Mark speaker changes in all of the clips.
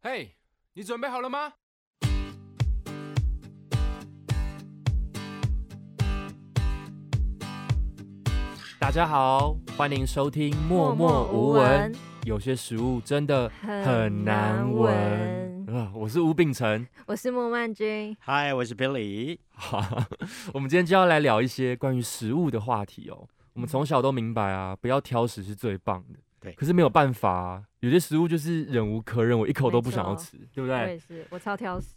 Speaker 1: 嘿、你准备好了吗？
Speaker 2: 大家好，欢迎收听《默默无闻》。有些食物真的很难闻。啊、我是吴秉承。
Speaker 3: 我是莫曼君，
Speaker 4: 嗨，我是 Billy。
Speaker 2: 哈，我们今天就要来聊一些关于食物的话题哦。我们从小都明白啊，不要挑食是最棒的。
Speaker 4: 对
Speaker 2: 可是没有办法、啊，有些食物就是忍无可忍，我一口都不想要
Speaker 3: 没错
Speaker 2: 吃，对不
Speaker 3: 我
Speaker 2: 对？
Speaker 3: 也是，我超挑 食。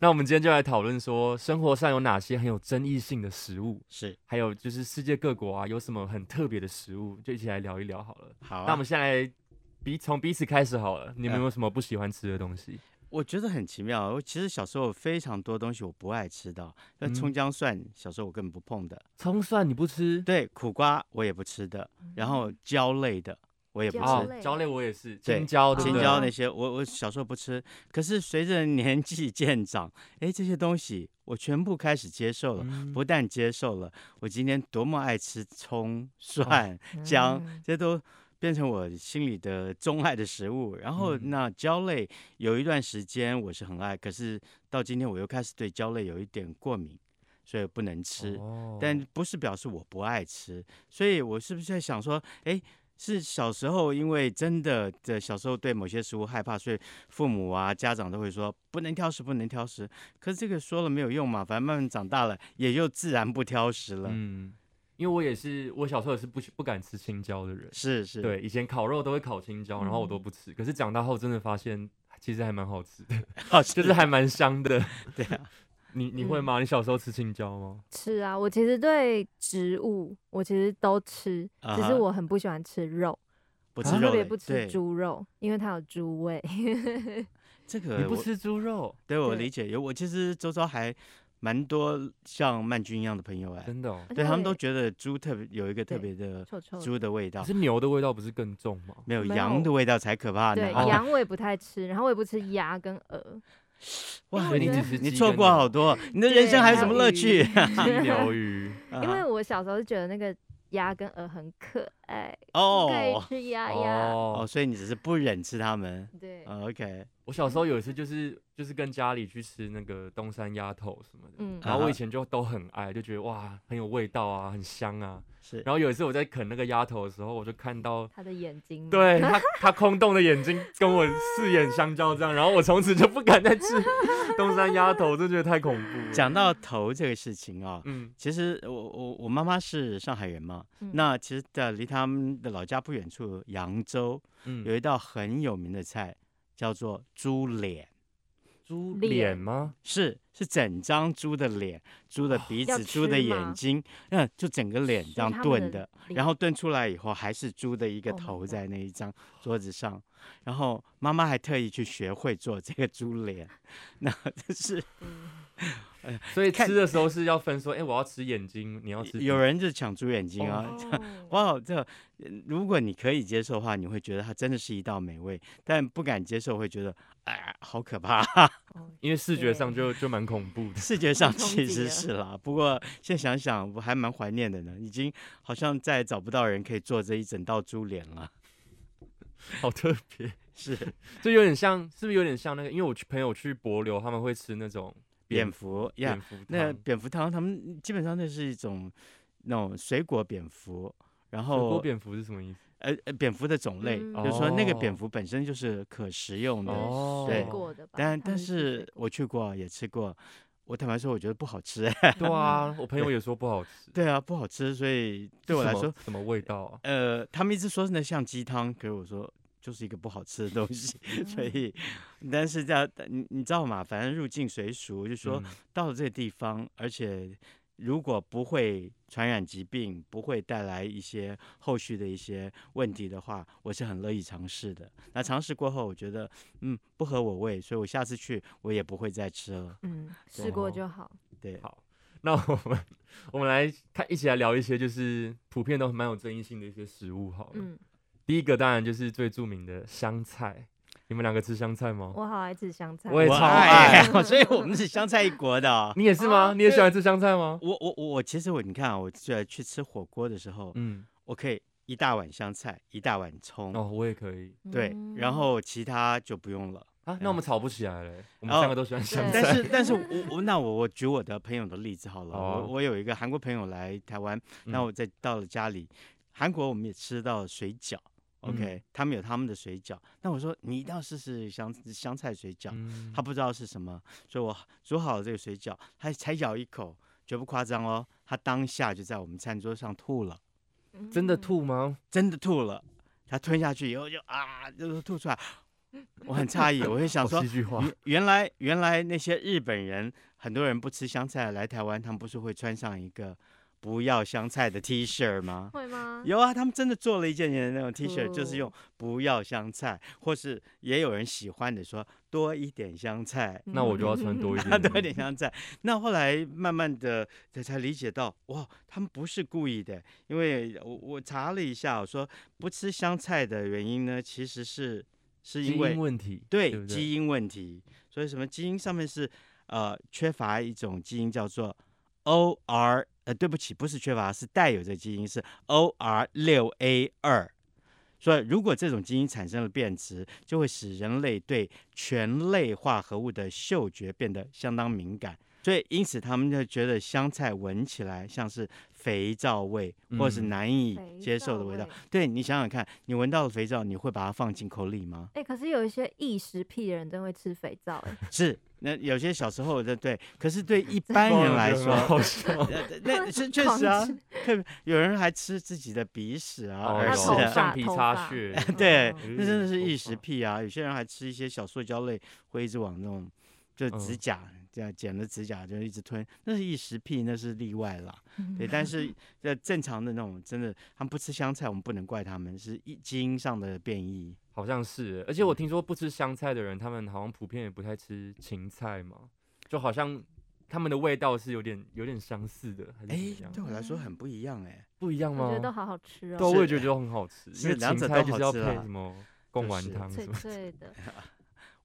Speaker 2: 那我们今天就来讨论说，生活上有哪些很有争议性的食物，
Speaker 4: 是，
Speaker 2: 还有就是世界各国啊有什么很特别的食物，就一起来聊一聊好了。
Speaker 4: 好、啊。嗯
Speaker 2: 那我们先来彼从彼此开始好了。你们有没有什么不喜欢吃的东西？
Speaker 4: 我觉得很奇妙。我其实小时候有非常多东西我不爱吃的，那
Speaker 2: 嗯
Speaker 4: 葱姜蒜小时候我根本不碰的。
Speaker 2: 葱蒜你不吃？
Speaker 4: 对，苦瓜我也不吃的，然后椒类的我也不
Speaker 3: 嗯椒
Speaker 2: 哦
Speaker 4: 吃，
Speaker 3: 类
Speaker 2: 椒类我也是，
Speaker 4: 对啊
Speaker 2: 青椒对不
Speaker 4: 青
Speaker 2: 对
Speaker 4: 椒那些我我小时候不吃。可是随着年纪渐长，哎，这些东西我全部开始接受了。
Speaker 2: 嗯
Speaker 4: 不但接受了，我今天多么爱吃葱、蒜、姜，
Speaker 3: 嗯
Speaker 4: 这都变成我心里的钟爱的食物。然后
Speaker 2: 嗯
Speaker 4: 那椒类有一段时间我是很爱，可是到今天我又开始对椒类有一点过敏，所以不能吃。
Speaker 2: 哦
Speaker 4: 但不是表示我不爱吃，所以我是不是在想说，哎？是小时候，因为真的的小时候对某些食物害怕，所以父母啊、家长都会说不能挑食，不能挑食。可是这个说了没有用嘛，反正慢慢长大了，也就自然不挑食了。
Speaker 2: 嗯，因为我也是，我小时候也是不喜不敢吃青椒的人。
Speaker 4: 是是，
Speaker 2: 对，以前烤肉都会烤青椒，然后我都不吃。可是长大后真的发现，其实还蛮好吃的，
Speaker 4: 哦，
Speaker 2: 就
Speaker 4: 就是
Speaker 2: 还蛮香的。
Speaker 4: 对啊，
Speaker 2: 你你会吗？你小时候吃青椒吗？
Speaker 3: 吃啊，我其实对植物我其实都吃，只
Speaker 4: 啊
Speaker 3: 是
Speaker 4: 哈
Speaker 3: 我很不喜欢吃肉，
Speaker 4: 不
Speaker 2: 啊
Speaker 4: 吃
Speaker 3: 我
Speaker 4: 肉
Speaker 3: 特别
Speaker 4: 类
Speaker 3: 不吃
Speaker 4: 对
Speaker 3: 猪肉，因为它有猪味。
Speaker 4: 这个
Speaker 2: 你不
Speaker 4: 我
Speaker 2: 吃猪肉，
Speaker 4: 对我
Speaker 3: 对
Speaker 4: 理解，有我其实周遭还蛮多像曼君一样的朋友哎，
Speaker 2: 真的、哦。
Speaker 3: 而且
Speaker 4: 对他
Speaker 3: 它
Speaker 4: 们
Speaker 3: 也
Speaker 4: 都觉得猪特别有一个特
Speaker 3: 对
Speaker 4: 别的
Speaker 3: 臭臭的
Speaker 4: 猪的味道
Speaker 2: 可，是牛的味道不是更重 吗？
Speaker 4: 没有
Speaker 3: 没
Speaker 4: 羊的
Speaker 3: 有
Speaker 4: 味道才可怕呢
Speaker 3: 对，。
Speaker 2: 哦
Speaker 3: 羊我也不太吃，然后我也不吃鸭跟鹅。因
Speaker 4: 哇，
Speaker 3: 为
Speaker 2: 所以你
Speaker 3: 我
Speaker 2: 只
Speaker 3: 觉
Speaker 2: 吃
Speaker 4: 你
Speaker 2: 鸡
Speaker 4: 错
Speaker 2: 跟
Speaker 4: 过
Speaker 2: 牛
Speaker 4: 好多，你的人
Speaker 3: 对
Speaker 4: 生还有
Speaker 3: 还
Speaker 4: 什
Speaker 3: 有
Speaker 4: 么乐
Speaker 3: 鱼
Speaker 4: 趣？
Speaker 2: 鸡、牛、鱼。
Speaker 3: 因为
Speaker 4: 啊
Speaker 3: 我小时候就觉得那个鸭跟鹅很可爱，不可以
Speaker 4: 哦
Speaker 3: 吃鸭鸭。
Speaker 4: 哦，
Speaker 2: 哦，
Speaker 4: 所以你只是不忍吃它们。
Speaker 3: 对，
Speaker 4: 哦 OK，
Speaker 2: 我小时候有一次就是就是跟家里去吃那个东山鸭头什么的，
Speaker 3: 嗯
Speaker 2: 然后
Speaker 4: 啊
Speaker 2: 我
Speaker 4: 哈
Speaker 2: 以前就都很爱，就觉得哇很有味道啊，很香啊。
Speaker 4: 是
Speaker 2: 然后有一次我在啃那个鸭头的时候，我就看到
Speaker 4: 嗯
Speaker 3: 它的眼 睛。，
Speaker 2: 对 他他空洞的眼睛跟我四眼相交这样，然后我从此就不敢再吃 东山鸭头，真觉得太恐怖了。
Speaker 4: 讲到头这个事情啊，
Speaker 2: 嗯
Speaker 4: 其实我我我妈妈是上海人嘛，
Speaker 3: 嗯
Speaker 4: 那其实在离他们的老家不远处，扬州有
Speaker 2: 嗯，
Speaker 4: 一道很有名的菜叫做猪脸，
Speaker 2: 猪
Speaker 3: 脸
Speaker 2: 脸吗？
Speaker 4: 是是整张猪的脸、猪的鼻
Speaker 3: 哦要
Speaker 4: 子、猪的
Speaker 3: 吃吗
Speaker 4: 眼睛，嗯，就整个脸
Speaker 3: 吃
Speaker 4: 这样
Speaker 3: 他们
Speaker 4: 炖
Speaker 3: 的
Speaker 4: 的，
Speaker 3: 脸
Speaker 4: 然后炖出来以后还是猪的一个
Speaker 3: Oh my
Speaker 4: 头
Speaker 3: God
Speaker 4: 在那一张桌子上，然后妈妈还特意去学会做这个猪脸，那 这是
Speaker 2: 所以
Speaker 4: 看
Speaker 2: 吃的时候是要分说，哎、我要吃眼睛，你要吃
Speaker 4: 有
Speaker 2: 鼻
Speaker 4: 人就抢猪眼睛啊，
Speaker 3: 哦
Speaker 4: 哇，这呃如果你可以接受的话，你会觉得它真的是一道美味；但不敢接受，会觉得哎，好可怕。
Speaker 2: 因为视觉
Speaker 3: 对
Speaker 2: 上就就蛮恐怖 的。
Speaker 4: 视觉上
Speaker 3: 冲
Speaker 4: 其
Speaker 3: 击
Speaker 4: 实
Speaker 3: 了
Speaker 4: 是啦，不过现在想想，我还蛮怀念的呢。已经好像再也找不到人可以做这一整道猪脸了。
Speaker 2: 好特别，
Speaker 4: 是
Speaker 2: 就有点像，是不是有点像那个？因为我去朋友去柏流，他们会吃那种
Speaker 4: 蝙蝠呀
Speaker 2: 蝙蝠汤，
Speaker 4: 那蝙蝠汤，他们基本上那是一种那种水果蝙蝠，然
Speaker 2: 水果
Speaker 4: 后
Speaker 2: 蝙蝠是什么意 思？
Speaker 4: 呃呃蝙蝠的种类，
Speaker 3: 嗯
Speaker 4: 就是说那个蝙
Speaker 2: 哦
Speaker 4: 蝠本身就是可食用的，
Speaker 2: 哦
Speaker 3: 哦，
Speaker 4: 对
Speaker 3: 水果的吧？
Speaker 4: 但
Speaker 3: 他
Speaker 4: 但
Speaker 3: 们水
Speaker 4: 是我去过啊也吃过，我坦白说我觉得不好吃。
Speaker 2: 对啊，我朋友也说不好吃。
Speaker 4: 对啊，不好吃，所以 对我
Speaker 2: 是
Speaker 4: 来
Speaker 2: 什么
Speaker 4: 说，
Speaker 2: 什么味道啊？
Speaker 4: 呃，他们一直说那像鸡汤，可是我说就是一个不好吃的东 西，
Speaker 2: 嗯
Speaker 4: 所以，但是这样你你知道吗？反正入境随俗，就说
Speaker 2: 嗯
Speaker 4: 到了这个地方，而且如果不会传染疾病，不会带来一些后续的一些问题的话，我是很乐意尝试的。那尝试过后，我觉得嗯不合我胃，所以我下次去我也不会再吃了。
Speaker 3: 嗯，试过
Speaker 2: 哦
Speaker 3: 就好。
Speaker 4: 对，
Speaker 2: 好那我们 我们来看，一起来聊一些就是普遍都蛮有争议性的一些食物好了。
Speaker 3: 嗯，
Speaker 2: 第一个当然就是最著名的香菜，你们两个吃香菜吗？
Speaker 3: 我好爱吃香菜。哦
Speaker 2: 我也
Speaker 4: 我
Speaker 2: 超
Speaker 4: 爱，
Speaker 2: 哎
Speaker 4: 所以我 们是香菜一国的哦、
Speaker 2: 你也是吗？
Speaker 3: 哦
Speaker 2: 你也喜欢吃香菜吗？
Speaker 4: 我我我我其实我你看啊，我去去吃火锅的时候，
Speaker 2: 嗯，
Speaker 4: 我可以一大碗香菜，一大碗葱，
Speaker 2: 哦，我也可以。
Speaker 4: 对，
Speaker 3: 嗯
Speaker 4: 然后其他就不用了。
Speaker 2: 啊，那我们吵不起来了。我们三个都喜欢香
Speaker 3: 对
Speaker 2: 菜，
Speaker 4: 哦 但是，但是我我那我我举我的朋友的例子好了。
Speaker 2: 好啊
Speaker 4: 我我有一个韩国朋友来台湾，那
Speaker 2: 嗯
Speaker 4: 我再到了家里，韩国我们也吃到水饺，OK，、他
Speaker 2: 嗯
Speaker 4: 们有他们的水饺。那我说你一定要试试香香菜水饺，
Speaker 2: 嗯
Speaker 4: 他不知道是什么，所以我煮好了这个水饺，他才咬一口，绝不夸张哦，他当下就在我们餐桌上吐了，
Speaker 3: 嗯
Speaker 2: 真的吐吗？
Speaker 4: 真的吐了。他吞下去以后就啊，就是吐出来，我很诧异，我就想
Speaker 2: 好啊
Speaker 4: 说
Speaker 2: 戏剧化，
Speaker 4: 原原来原来那些日本人，很多人不吃香菜来台湾，他们不是会穿上一个不要香菜的 T 恤吗？
Speaker 3: 会吗？
Speaker 4: 有啊，他们真的做了一件那种 T 恤，就是
Speaker 3: 哦
Speaker 4: 用不要香菜，或是也有人喜欢的说多一点香菜，
Speaker 2: 那我
Speaker 3: 嗯
Speaker 2: 就要穿 多一点，
Speaker 4: 多一点香菜。那后来慢慢的才才理解到，哇，他们不是故意的，因为我我查了一下，我说不吃香菜的原因呢，其实是是
Speaker 2: 基
Speaker 4: 因为
Speaker 2: 因问题，
Speaker 4: 对
Speaker 2: 对不对
Speaker 4: 基因问题，所以什么基因上面是呃缺乏一种基因叫做 O R 呃对不起不是缺乏是带有这基因是 O R 六 A 二，所以如果这种基因产生了变质，就会使人类对醛类化合物的嗅觉变得相当敏感。所以，因此他们就觉得香菜闻起来像是肥皂味，或是
Speaker 2: 嗯
Speaker 4: 难以
Speaker 3: 肥
Speaker 4: 接受的
Speaker 3: 皂
Speaker 4: 味道。
Speaker 3: 味
Speaker 4: 对你想想看，你闻到了肥皂，你会把它放进口里吗？
Speaker 3: 哎、可是有一些异食癖的人真会吃肥皂、哎，
Speaker 4: 是，那有些小时候 的对，可是对一般人来说，
Speaker 2: 好笑。
Speaker 4: 呃 那是确
Speaker 3: 狂
Speaker 4: 实啊
Speaker 3: 吃，
Speaker 4: 特别有人还吃自己的鼻屎啊、
Speaker 2: 哦
Speaker 4: 耳
Speaker 3: 他
Speaker 4: 屎
Speaker 3: 头
Speaker 2: 有
Speaker 4: 啊，
Speaker 3: 发
Speaker 2: 橡皮
Speaker 3: 头
Speaker 2: 擦
Speaker 3: 发
Speaker 2: 屑，
Speaker 4: 对，
Speaker 3: 嗯
Speaker 4: 那真的是
Speaker 2: 嗯
Speaker 4: 异
Speaker 2: 头
Speaker 4: 食
Speaker 2: 发
Speaker 4: 癖啊。有些人还吃一些小塑胶类，会一直往那种就
Speaker 2: 嗯
Speaker 4: 指甲。这样剪了指甲就一直吞，那是异食癖，那是例外啦。
Speaker 3: 嗯
Speaker 4: 对，但是这正常的那种，真的他们不吃香菜，我们不能怪他们，是一基因上的变异。
Speaker 2: 好像是。而且我听说不吃香菜的人，他们好像普遍也不太吃芹菜嘛，就好像他们的味道是有点有点相似的，还是怎
Speaker 4: 哎
Speaker 2: 么样，？
Speaker 4: 对我来说很不一样哎、
Speaker 2: 不一样
Speaker 3: 我觉
Speaker 2: 吗
Speaker 3: 得？都好好吃
Speaker 2: 对啊，
Speaker 3: 哦，
Speaker 2: 我也觉得都很好吃，
Speaker 4: 是
Speaker 2: 因为
Speaker 4: 两
Speaker 2: 芹
Speaker 4: 者
Speaker 2: 菜
Speaker 4: 都
Speaker 2: 就
Speaker 4: 好
Speaker 2: 是要
Speaker 4: 吃
Speaker 2: 配
Speaker 4: 啦
Speaker 2: 什么贡丸汤
Speaker 3: 脆
Speaker 2: 什么，
Speaker 3: 脆的。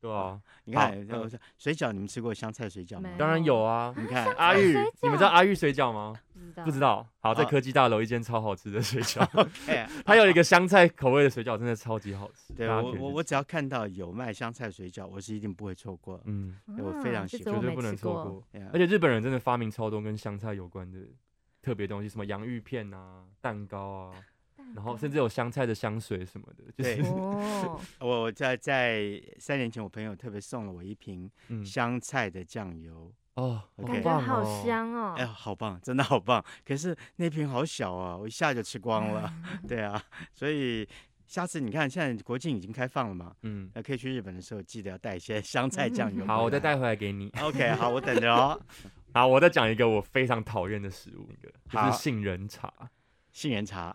Speaker 2: 对啊，
Speaker 4: 你
Speaker 2: 好
Speaker 4: 看，
Speaker 2: 嗯
Speaker 4: 我说水饺，你们吃过香菜水饺吗
Speaker 3: 没？
Speaker 2: 当然有啊。
Speaker 4: 你看，哎
Speaker 2: 阿
Speaker 3: 菜
Speaker 2: 玉
Speaker 3: 水，
Speaker 2: 你们知道
Speaker 3: 饺嗯
Speaker 2: 阿玉水饺吗？
Speaker 3: 不知道，
Speaker 2: 不知道。好，在
Speaker 4: 啊
Speaker 2: 科技大楼一间超好吃的水饺，
Speaker 4: 哎，
Speaker 2: 它有一个香菜口味的水饺，真的超级好吃。
Speaker 4: 对
Speaker 2: 大家
Speaker 4: 我
Speaker 2: 可以
Speaker 4: 我
Speaker 2: 去
Speaker 4: 我
Speaker 2: 吃
Speaker 4: 只要看到有卖香菜水饺，我是一定不会错过。
Speaker 2: 嗯，
Speaker 4: 对我非
Speaker 3: 啊
Speaker 4: 常
Speaker 3: 这
Speaker 4: 喜
Speaker 3: 种
Speaker 4: 欢
Speaker 2: 绝对
Speaker 3: 我没
Speaker 2: 不能
Speaker 3: 吃
Speaker 2: 错
Speaker 3: 过。
Speaker 2: 过。
Speaker 4: 哎呀
Speaker 2: 而且日本人真的发明超多跟香菜有关的特别东西，什么洋芋片啊、蛋糕啊，然后甚至有香菜的香水什么的，就
Speaker 4: 对
Speaker 2: 是
Speaker 3: 哦，
Speaker 4: 我我在在三年前，我朋友特别送了我一瓶
Speaker 2: 嗯
Speaker 4: 香菜的酱油，
Speaker 2: 哦，
Speaker 4: OK
Speaker 2: 好
Speaker 3: 感
Speaker 2: 棒
Speaker 3: 觉好
Speaker 2: 哦。
Speaker 3: 香哦
Speaker 4: 哎呀，。好棒，真的好棒！可是那瓶好小啊，我一下就吃光 了。对啊，所以下次你看，现在国境已经开放了嘛，
Speaker 2: 嗯，
Speaker 4: 呃，可以去日本的时候记得要带一些香菜酱油。
Speaker 2: 好，我再。带回来给你。
Speaker 4: OK，好，我等着哦。
Speaker 2: 好，我再讲一个我非常讨厌的食物，一个
Speaker 4: 好
Speaker 2: 就是杏仁茶。
Speaker 4: 杏仁茶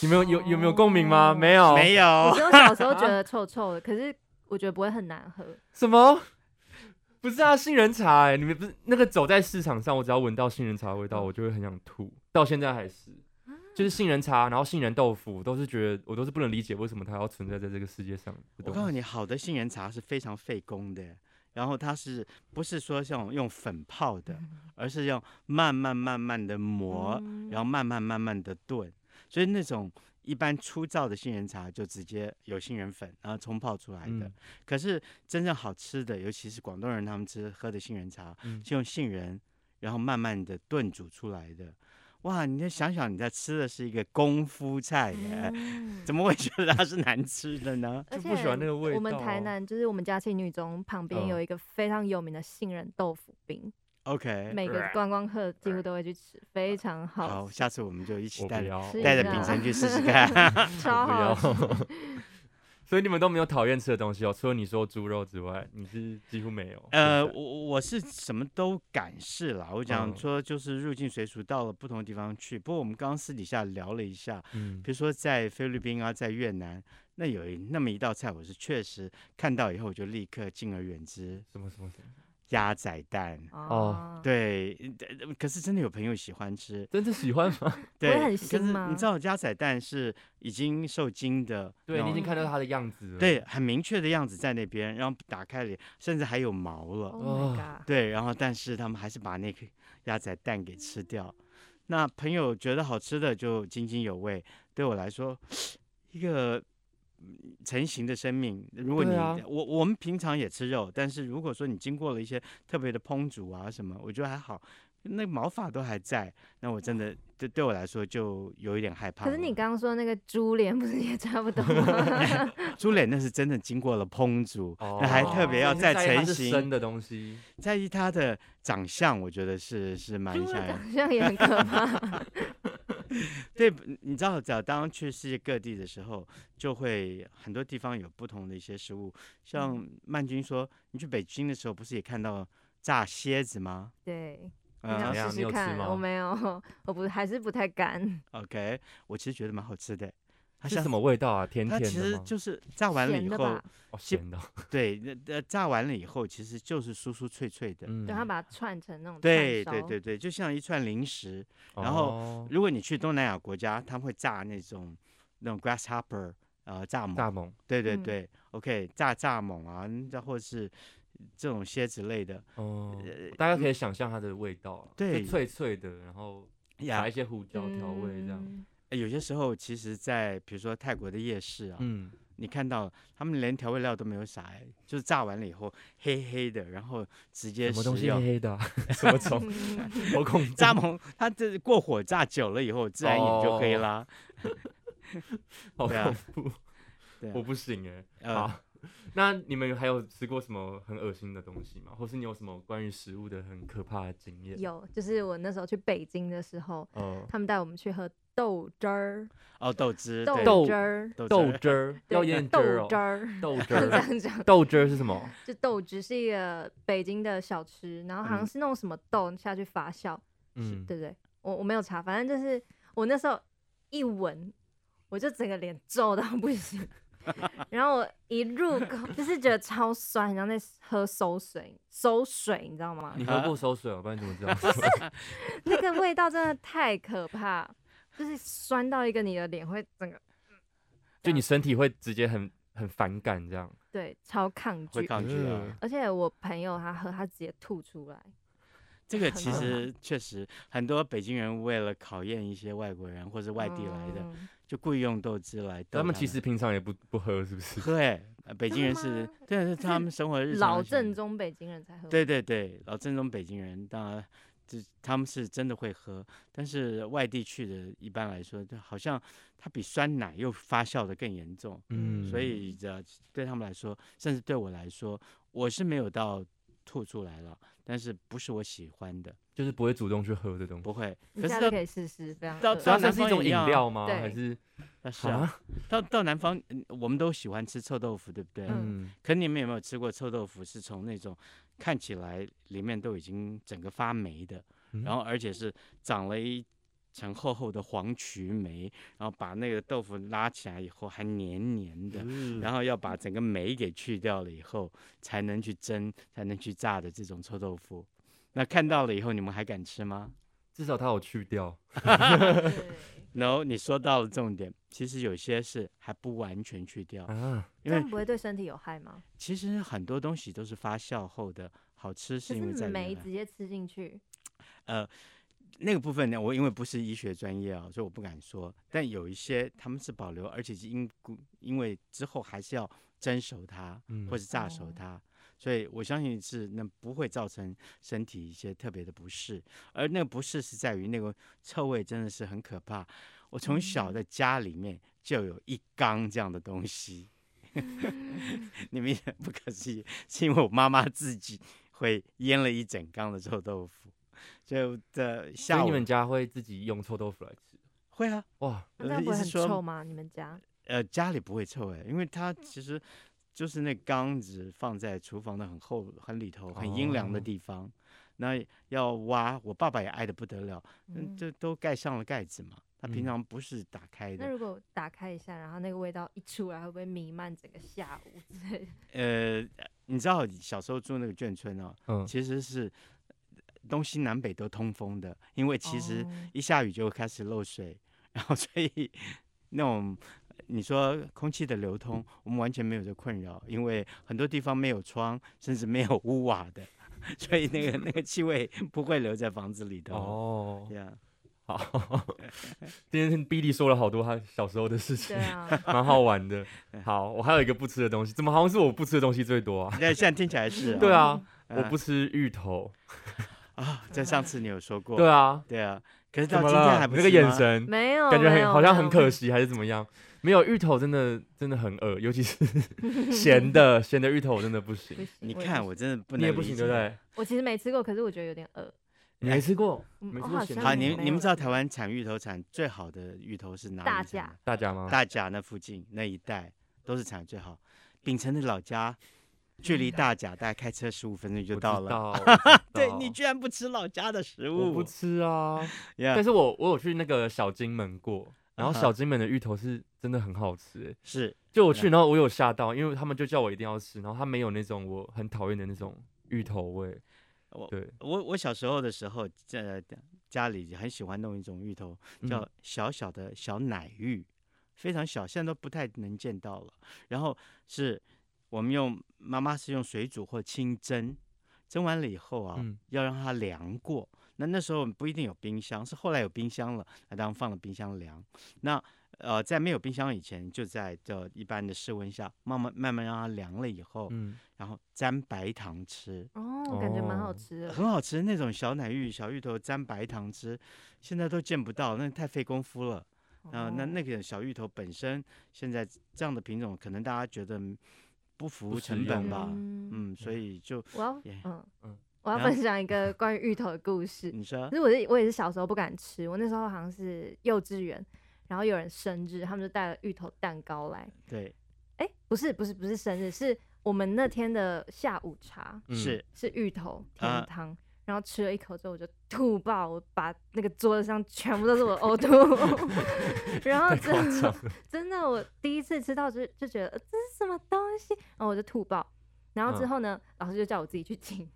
Speaker 2: 你们有有有没有共鸣吗？没有，
Speaker 4: 没
Speaker 3: 我
Speaker 4: 有
Speaker 3: 只有小时候 觉得臭臭的，可是我觉得不会很难喝。
Speaker 2: 什么？不是啊，杏仁茶哎、你们不是那个走在市场上，我只要闻到杏仁茶的味道，我就会很想吐，到现在还是，就是杏仁茶，然后杏仁豆腐，我都是觉得我都是不能理解为什么它要存在在这个世界上。
Speaker 4: 我告诉你，好的杏仁茶是非常费工的，然后它是不是说像用粉泡的，
Speaker 2: 嗯
Speaker 4: 而是要慢慢慢慢的磨，
Speaker 3: 嗯
Speaker 4: 然后慢慢慢慢的炖，所以那种一般粗糙的杏仁茶就直接有杏仁粉，然后冲泡出来的。
Speaker 2: 嗯
Speaker 4: 可是真正好吃的，尤其是广东人他们吃喝的杏仁茶，
Speaker 2: 嗯
Speaker 4: 是用杏仁然后慢慢的炖煮出来的。哇，你就想想你在吃的是一个功夫菜耶，
Speaker 3: 嗯
Speaker 4: 怎么会觉得它是难吃的呢？
Speaker 3: 而
Speaker 2: 就
Speaker 3: 且
Speaker 2: 不喜欢那个味
Speaker 3: 我们台
Speaker 2: 道哦
Speaker 3: 南就是我们嘉庆女中旁边
Speaker 2: 嗯
Speaker 3: 有一个非常有名的杏仁豆腐冰，
Speaker 4: OK，
Speaker 3: 每个观光客几乎都会去吃，非常
Speaker 4: 好，
Speaker 3: 好吃，
Speaker 4: 下次我们就一起
Speaker 2: 我
Speaker 4: 带
Speaker 2: 不
Speaker 4: 着
Speaker 2: 要，
Speaker 3: 吃
Speaker 2: 我
Speaker 4: 带着
Speaker 3: 一哦
Speaker 4: 秉
Speaker 3: 下
Speaker 4: 承去试 试看。
Speaker 3: 超
Speaker 2: 不
Speaker 3: 好
Speaker 2: 要
Speaker 3: 吃。。
Speaker 2: 所以你们都没有讨厌吃的东西哦，除了你说猪肉之外，你是几乎没有。
Speaker 4: 呃，
Speaker 2: 对不对
Speaker 4: 我我是什么都敢试啦。我讲
Speaker 2: 嗯
Speaker 4: 说就是入境随俗，到了不同地方去。不过我们刚刚私底下聊了一下，
Speaker 2: 嗯
Speaker 4: 比如说在菲律宾啊，在越南，那有一那么一道菜，我是确实看到以后我就立刻敬而远之，
Speaker 2: 什么什么什么，
Speaker 4: 鸭仔蛋。
Speaker 3: 哦，
Speaker 4: 对，呃可是真的有朋友喜欢吃，
Speaker 2: 真的喜欢 吗？
Speaker 4: 对，
Speaker 3: 很
Speaker 4: 可
Speaker 3: 腥
Speaker 4: 是你
Speaker 3: 吗
Speaker 4: 知道鸭仔蛋是已经受精的那
Speaker 2: 对
Speaker 4: 种，
Speaker 2: 你已经看到它的样子了。
Speaker 4: 对，很明确的样子在那边，然后打开脸，甚至还有毛了。
Speaker 3: Oh my
Speaker 2: 哦
Speaker 3: god！
Speaker 4: 对，然后但是他们还是把那个鸭仔蛋给吃掉。那朋友觉得好吃的就津津有味，对我来说，一个成型的生命。如果你、
Speaker 2: 对啊
Speaker 4: 我我们平常也吃肉，但是如果说你经过了一些特别的烹煮啊什么，我觉得还好，那毛发都还在，那我真的对对我来说就有一点害怕了。
Speaker 3: 可是你刚刚说那个猪脸不是也差不 多吗？
Speaker 4: 猪脸那是真的经过了烹煮，那
Speaker 2: 哦
Speaker 4: 还特别要
Speaker 2: 在
Speaker 4: 再
Speaker 2: 意它
Speaker 4: 成
Speaker 2: 是生
Speaker 4: 型，
Speaker 2: 的东西，
Speaker 4: 在意它的长相，我觉得是是蛮
Speaker 3: 猪
Speaker 4: 吓
Speaker 3: 的
Speaker 4: 人。
Speaker 3: 长相也很可怕。
Speaker 4: 对，你知道，只要当去世界各地的时候，就会很多地方有不同的一些食物。像
Speaker 3: 嗯
Speaker 4: 曼君说，你去北京的时候，不是也看到炸蝎子吗？
Speaker 3: 对，你
Speaker 2: 嗯
Speaker 3: 想
Speaker 4: 啊
Speaker 2: 怎样
Speaker 3: 试
Speaker 2: 你有
Speaker 3: 试
Speaker 2: 吃
Speaker 3: 看？
Speaker 2: 吗
Speaker 3: 我没有， 我不还是不太敢。
Speaker 4: ，OK，我其实觉得蛮好吃的。它
Speaker 2: 是
Speaker 4: 像
Speaker 2: 什么？味道啊？甜
Speaker 4: 它
Speaker 2: 甜
Speaker 4: 其
Speaker 2: 的
Speaker 4: 实
Speaker 2: 吗？
Speaker 4: 就是炸完了
Speaker 3: 咸
Speaker 4: 以
Speaker 3: 的
Speaker 4: 后
Speaker 3: 吧，，
Speaker 2: 哦咸的，
Speaker 4: 对，那呃炸完了以后，其实就是酥酥脆脆的。
Speaker 2: 嗯
Speaker 3: 对，他把它串成那种
Speaker 4: 对
Speaker 3: 串
Speaker 4: 对
Speaker 3: 烧
Speaker 4: 对对，就像一串零食。
Speaker 2: 哦
Speaker 4: 然后
Speaker 2: 后
Speaker 4: 如果你去东南亚国家，他们会炸那种那种 grasshopper，呃，蚱蜢。
Speaker 2: 大猛
Speaker 4: 对对
Speaker 3: 嗯
Speaker 4: 对、o k 炸蚱蜢啊，再或是这种蝎子类的
Speaker 2: 哦，大家可以想象它的味道啊，就
Speaker 4: 呃嗯对哎
Speaker 2: 脆脆的，然后
Speaker 4: 呀
Speaker 2: 撒一、些胡椒调味这样，
Speaker 3: 嗯
Speaker 4: 呃有些时候其实在，比如说泰国的夜市啊，
Speaker 2: 嗯，
Speaker 4: 你看到他们连调味料都没有撒、哎就是炸完了以后黑黑的，然后直接
Speaker 2: 什么东
Speaker 4: 食
Speaker 2: 西黑
Speaker 4: 用。
Speaker 2: 黑的啊， 什么
Speaker 3: 嗯
Speaker 2: 虫，好恐怖，
Speaker 4: 蚱蜢它这过火炸久了以后，自然也就黑
Speaker 2: 哦
Speaker 4: 啦。
Speaker 2: 好恐
Speaker 4: 对啊
Speaker 2: 怖，
Speaker 4: 对啊
Speaker 2: 我不行哎。
Speaker 4: 呃，
Speaker 2: 好，那你们还有吃过什么很恶心的东西吗？或是你有什么关于食物的很可怕的经验？，
Speaker 3: 有，就是我那时候去北京的时候，
Speaker 2: 哦，
Speaker 3: 他们带我们去喝豆汁儿，
Speaker 4: 哦，豆汁，对
Speaker 2: 豆
Speaker 3: 汁儿，
Speaker 4: 豆
Speaker 2: 豆
Speaker 4: 汁
Speaker 2: 汁 儿
Speaker 3: 对
Speaker 2: 要腌汁
Speaker 3: 豆
Speaker 2: 儿哦
Speaker 3: 汁， 儿，
Speaker 2: 豆 汁
Speaker 3: 是这
Speaker 2: 儿，
Speaker 3: 样讲。
Speaker 2: 豆汁儿是什么？
Speaker 3: 就豆汁是一个北京的小吃，然后好
Speaker 4: 嗯
Speaker 3: 像是那种什么豆下去发酵，
Speaker 2: 嗯，
Speaker 3: 对不对？我我没有查，反正就是我那时候一闻，我就整个脸皱到不行， 然后我一入口就是觉得超酸，然后在喝馊水，馊水你知道吗？
Speaker 2: 你喝过馊水哦，不然你怎么知道？
Speaker 3: 那个味道真的太可怕，就是酸到一个你的脸会整个
Speaker 2: 就你身体会直接很很反感这样。
Speaker 3: 对超抗
Speaker 4: 会
Speaker 3: 拒，
Speaker 4: 抗拒啊。
Speaker 2: 嗯
Speaker 3: 而且我朋友他喝他直接吐出来，
Speaker 4: 这个
Speaker 3: 很
Speaker 4: 其
Speaker 3: 麻
Speaker 4: 实确实很多北京人为了考验一些外国人或者外地来的，
Speaker 3: 嗯
Speaker 4: 就故意用豆汁来逗
Speaker 2: 他们
Speaker 4: 他
Speaker 2: 其实平常也不不喝，是不 是？
Speaker 4: 喝哎、呃北
Speaker 3: 真
Speaker 4: 京
Speaker 3: 的
Speaker 4: 人是
Speaker 3: 吗，
Speaker 4: 对， 是
Speaker 3: 是
Speaker 4: 他们生活日常
Speaker 3: 老
Speaker 4: 的习惯
Speaker 3: 正，宗北京人才喝，
Speaker 4: 对对对，老正宗北京人，当然这他们是真的会喝，但是外地去的，一般来说，就好像它比酸奶又发酵的更严重，
Speaker 2: 嗯，
Speaker 4: 所以这对他们来说，甚至对我来说，我是没有到吐出来了，但是不是我喜欢的，
Speaker 2: 就是不会主动去喝这东西。
Speaker 4: 不会，
Speaker 3: 你
Speaker 4: 可
Speaker 3: 下
Speaker 4: 是
Speaker 3: 次
Speaker 4: 到
Speaker 3: 可以试试，非常
Speaker 4: 到
Speaker 3: 饿
Speaker 4: 只
Speaker 2: 所
Speaker 4: 要
Speaker 2: 以它是一种饮料吗？
Speaker 3: 对
Speaker 2: 还是
Speaker 4: 那是啊，到到南方，嗯我们都喜欢吃臭豆腐，对不对？
Speaker 2: 嗯，
Speaker 4: 可你们有没有吃过臭豆腐？是从那种看起来里面都已经整个发霉的，
Speaker 2: 嗯
Speaker 4: 然后而且是长了一层厚厚的黄曲霉，然后把那个豆腐拉起来以后还黏黏的，
Speaker 2: 嗯
Speaker 4: 然后要把整个霉给去掉了以后，才能去蒸，才能去炸的这种臭豆腐。那看到了以后，你们还敢吃吗
Speaker 2: 至少它有去掉。
Speaker 3: 对，
Speaker 4: ？No，你说到了重点。其实有些是还不完全去掉，
Speaker 2: 啊，
Speaker 3: 这
Speaker 4: 因为
Speaker 3: 样不会对身体有害吗？
Speaker 4: 其实很多东西都是发酵后的，好吃
Speaker 3: 就是
Speaker 4: 因为
Speaker 3: 是
Speaker 4: 在里
Speaker 3: 酶
Speaker 4: 面啊
Speaker 3: 直接吃进去，
Speaker 4: 呃，那个部分呢，我因为不是医学专业啊，所以我不敢说。但有一些他们是保留，而且是因故因为之后还是要蒸熟它，
Speaker 2: 嗯
Speaker 4: 或是炸熟
Speaker 3: 哦
Speaker 4: 它。所以我相信是那不会造成身体一些特别的不适，而那个不适是在于那个臭味真的是很可怕。我从
Speaker 3: 嗯
Speaker 4: 小在家里面就有一缸这样的东西，你们也不可思议，是因为我妈妈自己会腌了一整缸的臭豆腐，就的
Speaker 2: 所
Speaker 4: 下
Speaker 2: 以
Speaker 4: 午
Speaker 2: 你们家会自己用臭豆腐来吃？
Speaker 4: 会啊，
Speaker 2: 哇，
Speaker 3: 那
Speaker 4: 呃
Speaker 3: 这样不会
Speaker 4: 意思
Speaker 3: 很
Speaker 4: 说
Speaker 3: 臭吗？你们家？
Speaker 4: 呃，家里不会臭哎、因为它其实就是那缸子放在厨房的很厚、很里头、很阴凉的
Speaker 2: 哦
Speaker 4: 地方。那要挖，我爸爸也爱的不得了，嗯，
Speaker 3: 嗯，
Speaker 4: 就都盖上了盖子嘛。他
Speaker 2: 嗯
Speaker 4: 平常不是打开
Speaker 3: 那
Speaker 4: 的，
Speaker 3: 如果打开一下，然后那个味道一出来，会不会弥漫整个下午之类的？
Speaker 4: 呃，你知道小时候住那个眷村哦，
Speaker 2: 嗯，
Speaker 4: 其实是东西南北都通风的，因为其实
Speaker 3: 哦
Speaker 4: 一下雨就开始漏水，然后所以那种你说空气的流通，我们完全没有这困扰，因为很多地方没有窗，甚至没有屋 瓦的，所以那个那个气味不会留在房子里头。啊
Speaker 2: 哦，
Speaker 4: 呀
Speaker 2: 好， 今天 Billy 说了好多他小时候的事情
Speaker 3: 对，啊，
Speaker 2: 蛮好玩的。好，我还有一个不吃的东西，怎么好像是我不吃的东西最多啊？
Speaker 4: 那现在听起来是哦、
Speaker 2: 对啊，
Speaker 4: 嗯，
Speaker 2: 我不吃芋头。
Speaker 4: 啊，在上次你有说过，
Speaker 2: 对啊，
Speaker 4: 对啊，可是
Speaker 2: 怎
Speaker 4: 到
Speaker 2: 么
Speaker 4: 今天
Speaker 2: 了？
Speaker 4: 还
Speaker 2: 你
Speaker 4: 不
Speaker 2: 那个
Speaker 4: 吃
Speaker 2: 眼
Speaker 4: 吗，
Speaker 2: 神，
Speaker 3: 没有，
Speaker 2: 感觉
Speaker 3: 没
Speaker 2: 很
Speaker 3: 有
Speaker 2: 好像
Speaker 3: 没
Speaker 2: 很
Speaker 3: 有
Speaker 2: 可惜，还是怎么样？没有芋头真的真的很恶，尤其是 咸的咸的芋头我真的不
Speaker 3: 不
Speaker 2: 行，
Speaker 3: 行
Speaker 4: 你
Speaker 3: 我也
Speaker 4: 看
Speaker 3: 不
Speaker 4: 我
Speaker 3: 行
Speaker 4: 真的不能，
Speaker 2: 你也不行对不？对？
Speaker 3: 我其实没吃过，可是我觉得有点饿。
Speaker 2: 你没吃过，
Speaker 3: 嗯
Speaker 2: 没
Speaker 3: 哦
Speaker 2: 吃过
Speaker 3: 好
Speaker 2: 咸
Speaker 3: 像
Speaker 2: 的
Speaker 3: 没
Speaker 4: 好，你
Speaker 2: 芋
Speaker 3: 有
Speaker 2: 头
Speaker 4: 们你们知道台湾产芋头产最好的芋头是哪里
Speaker 3: 大
Speaker 4: 产
Speaker 3: 甲
Speaker 4: 的
Speaker 2: 大家吗？
Speaker 4: 大甲那附近那一带都是产最好。秉承的老家距
Speaker 3: 嗯
Speaker 4: 离大甲大概开车十五分钟
Speaker 2: 我
Speaker 4: 就
Speaker 2: 知
Speaker 4: 到了。
Speaker 2: 道，我知
Speaker 4: 对
Speaker 2: 道
Speaker 4: 你居然不吃老家的食
Speaker 2: 我不
Speaker 4: 物，
Speaker 2: 吃 啊。
Speaker 4: 呀
Speaker 2: 但是我我有去那个小金门过，然后
Speaker 4: 啊哈
Speaker 2: 小金门的芋头是真的很好吃、欸，
Speaker 4: 是
Speaker 2: 就我
Speaker 4: 嗯
Speaker 2: 去，然后我有吓到，因为他们就叫我一定要吃，然后他没有那种我很讨厌的那种芋头味
Speaker 4: 我。
Speaker 2: 对，
Speaker 4: 我我小时候的时候，在家里很喜欢弄一种芋头，
Speaker 2: 嗯
Speaker 4: 叫小小的小奶芋，非常小，现在都不太能见到了。然后是我们用妈妈是用水煮或清蒸，蒸完了以后啊，
Speaker 2: 嗯
Speaker 4: 要让它凉过。那那时候不一定有冰箱，是后来有冰箱了，那当然放了冰箱凉。那呃，在没有冰箱以前，就在这一般的室温下，慢慢慢慢让它凉了以后，
Speaker 2: 嗯，
Speaker 4: 然后沾白糖吃。
Speaker 3: 哦，感觉蛮好
Speaker 2: 哦
Speaker 3: 吃的。
Speaker 4: 很好吃那种小奶芋、小芋头沾白糖吃，现在都见不到，那太费功夫了。
Speaker 3: 哦
Speaker 4: 啊、那那个小芋头本身现在这样的品种，可能大家觉得不符
Speaker 2: 不
Speaker 4: 成
Speaker 2: 实
Speaker 4: 本
Speaker 2: 用
Speaker 4: 吧？
Speaker 3: 嗯，
Speaker 4: 嗯，所以就
Speaker 3: 我要
Speaker 4: 也
Speaker 3: 嗯
Speaker 2: 嗯
Speaker 3: 我要
Speaker 4: 然后嗯
Speaker 3: 分享一 个关于芋头的故事。
Speaker 4: 你说
Speaker 3: 可是我是我也是小时候不敢吃，我那时候好像是幼稚园，然后有人生日，他们就带了芋头蛋糕来。
Speaker 4: 对，
Speaker 3: 哎、不是不是不是生日，是我们那天的下午茶
Speaker 2: 嗯
Speaker 4: 是
Speaker 3: 是芋头
Speaker 4: 啊
Speaker 3: 甜汤。然后吃了一口之后，我就吐爆，我把那个桌子上全部都是 我的呕吐。 然后之后真的，我第一次吃到就就觉得呃这是什么东西，然后我就吐爆。然后之
Speaker 2: 嗯
Speaker 3: 后呢，老师就叫我自己去清，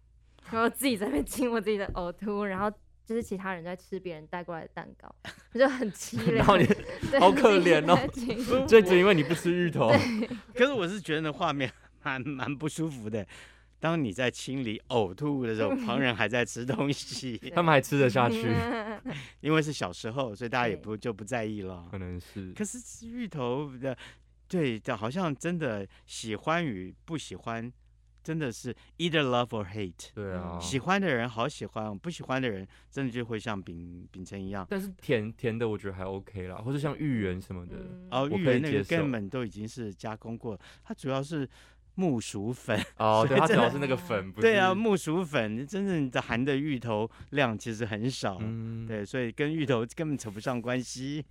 Speaker 3: 然后自己在那边清我自己的呕吐，然后就是其他人在吃别人带过来的蛋糕，我就很凄 凉。
Speaker 2: 然后 你
Speaker 3: 对
Speaker 2: 好
Speaker 3: 自
Speaker 2: 可
Speaker 3: 己
Speaker 2: 怜哦
Speaker 3: 在清
Speaker 2: 就只因为你不吃芋头，
Speaker 4: 可是我是觉得那画面 蛮蛮不舒服的。当你在清理呕吐的时候，旁人还在吃东西，
Speaker 2: 他们还吃得下去，
Speaker 4: 嗯因为是小时候，所以大家也
Speaker 3: 对
Speaker 4: 不就不在意了
Speaker 2: 可。能是
Speaker 4: 可是吃芋头的，对的，好像真的喜欢与不喜欢，真的是 either love or hate。
Speaker 2: 对啊。
Speaker 4: 喜欢的人好喜欢，不喜欢的人真的就会像秉秉承一样。
Speaker 2: 但是甜甜的我觉得还 OK 啦，或者像芋圆什么的，
Speaker 3: 嗯
Speaker 4: 哦，
Speaker 2: 我
Speaker 4: 芋
Speaker 2: 可以
Speaker 4: 圆那个
Speaker 2: 接受
Speaker 4: 根本都已经是加工过，它主要是木薯粉。
Speaker 2: 哦，对，它主
Speaker 4: 真
Speaker 2: 要
Speaker 4: 的
Speaker 2: 是那个粉，不是
Speaker 4: 对啊，木薯粉真正的含的芋头量其实很少。
Speaker 2: 嗯，
Speaker 4: 对，所以跟芋头根本扯不上关系，